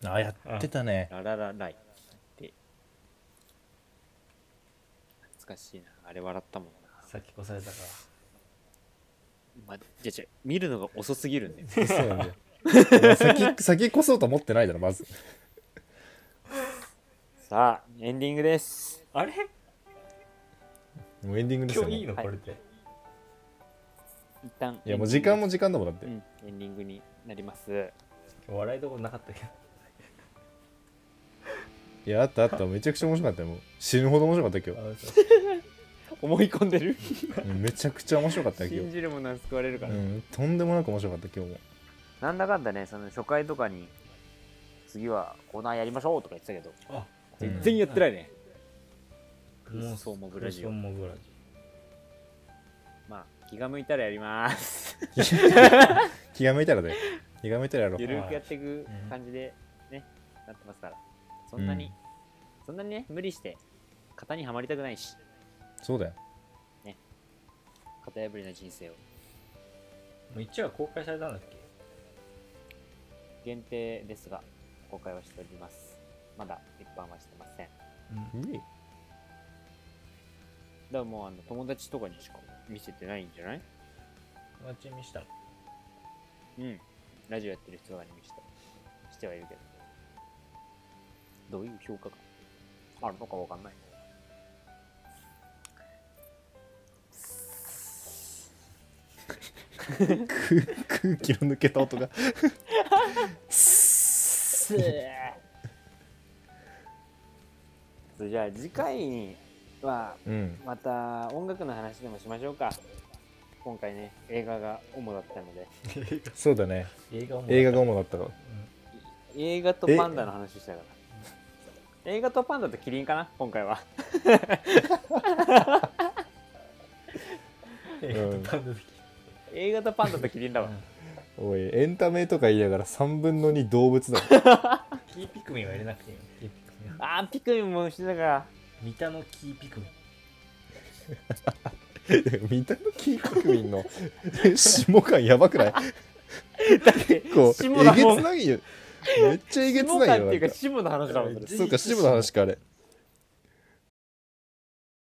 Speaker 3: あやってたね
Speaker 2: ラララライって懐かしいなあれ笑ったもんな
Speaker 1: イさっき越されたか
Speaker 2: まあ、じゃじゃ見るのが遅すぎるんだよ
Speaker 3: そうなんだよお前先先越そうと思ってないだろまず
Speaker 2: さあエンディングです
Speaker 1: あれ
Speaker 3: もうエンディングです
Speaker 1: 今
Speaker 3: よ
Speaker 1: 日いい
Speaker 3: も
Speaker 1: の
Speaker 2: はい
Speaker 1: これで、
Speaker 2: 一旦
Speaker 3: ういやもう時間
Speaker 2: も、
Speaker 3: も時間だもんだって、
Speaker 2: うん、エンディングになります
Speaker 1: 笑いどころなかった
Speaker 2: (laughs)
Speaker 1: けど
Speaker 3: いやあったあっためちゃくちゃ面白かったよもう死ぬほど面白かったよ
Speaker 1: あそう
Speaker 2: 思い込んでる
Speaker 3: 今日うんめちゃくちゃ面白かったよ
Speaker 2: 信
Speaker 3: 今
Speaker 2: じるものは救われるか
Speaker 3: 日、
Speaker 2: ら、
Speaker 3: うん、とんでもなく面白かった今日も (laughs)
Speaker 2: なんだかんだねその初回とかに次はコーナーやりましょうとか言ってたけど
Speaker 1: あ
Speaker 2: 全然やってないね、妄想もブラジオ
Speaker 1: 妄想もブラジ
Speaker 2: まあ気が向いたらやります (laughs)
Speaker 3: 気が向いたらだよ気が向いたらやろう
Speaker 2: ゆるくやっていく感じでね、なってますからそんなに、
Speaker 3: うん
Speaker 2: そんなにね無理して型にはまりたくないし
Speaker 3: そうだよ
Speaker 2: 型破りな人生を
Speaker 1: もう1話公開されたんだっけ
Speaker 2: 限定ですが公開はしておりますまだ一般はしてません
Speaker 1: うん
Speaker 3: うん
Speaker 2: だからもうあの友達とかにしか見せてないんじゃない
Speaker 1: 友達に見したの
Speaker 2: うんラジオやってる人とかに見せたしてはいるけどどういう評価があるのかわかんない
Speaker 3: 空気の抜けた音が
Speaker 2: す (laughs) じゃあ次回は
Speaker 3: うん
Speaker 2: また音楽の話でもしましょうか今回ね映画が主だったので
Speaker 3: そうだね
Speaker 1: 映画も
Speaker 3: 映画が主だったから
Speaker 2: 映画とパンダの話したから映画とパンダとキリンかな今回は
Speaker 1: 映画 (laughs) とパンダ好き
Speaker 2: 映画とパンダとキリンだわ
Speaker 3: おいエンタメとか言いながら3分の2動物だ (laughs)
Speaker 1: キーピクミンは入れなくていいよキーピクミンは
Speaker 2: あーピクミンもしてたから
Speaker 1: 三田のキーピクミン
Speaker 3: 見た目キー国民の (laughs) 下感やばくない
Speaker 2: だって
Speaker 3: 結構
Speaker 2: 下だ
Speaker 3: えげ
Speaker 2: も
Speaker 3: つ
Speaker 2: ん
Speaker 3: ないよめっちゃえげつ
Speaker 2: 下
Speaker 3: ない
Speaker 2: 感
Speaker 3: よ
Speaker 2: っ
Speaker 3: な
Speaker 2: ていう
Speaker 3: ん
Speaker 2: か
Speaker 3: か
Speaker 2: 下の話だもんそれ
Speaker 3: そうか下の話かあれ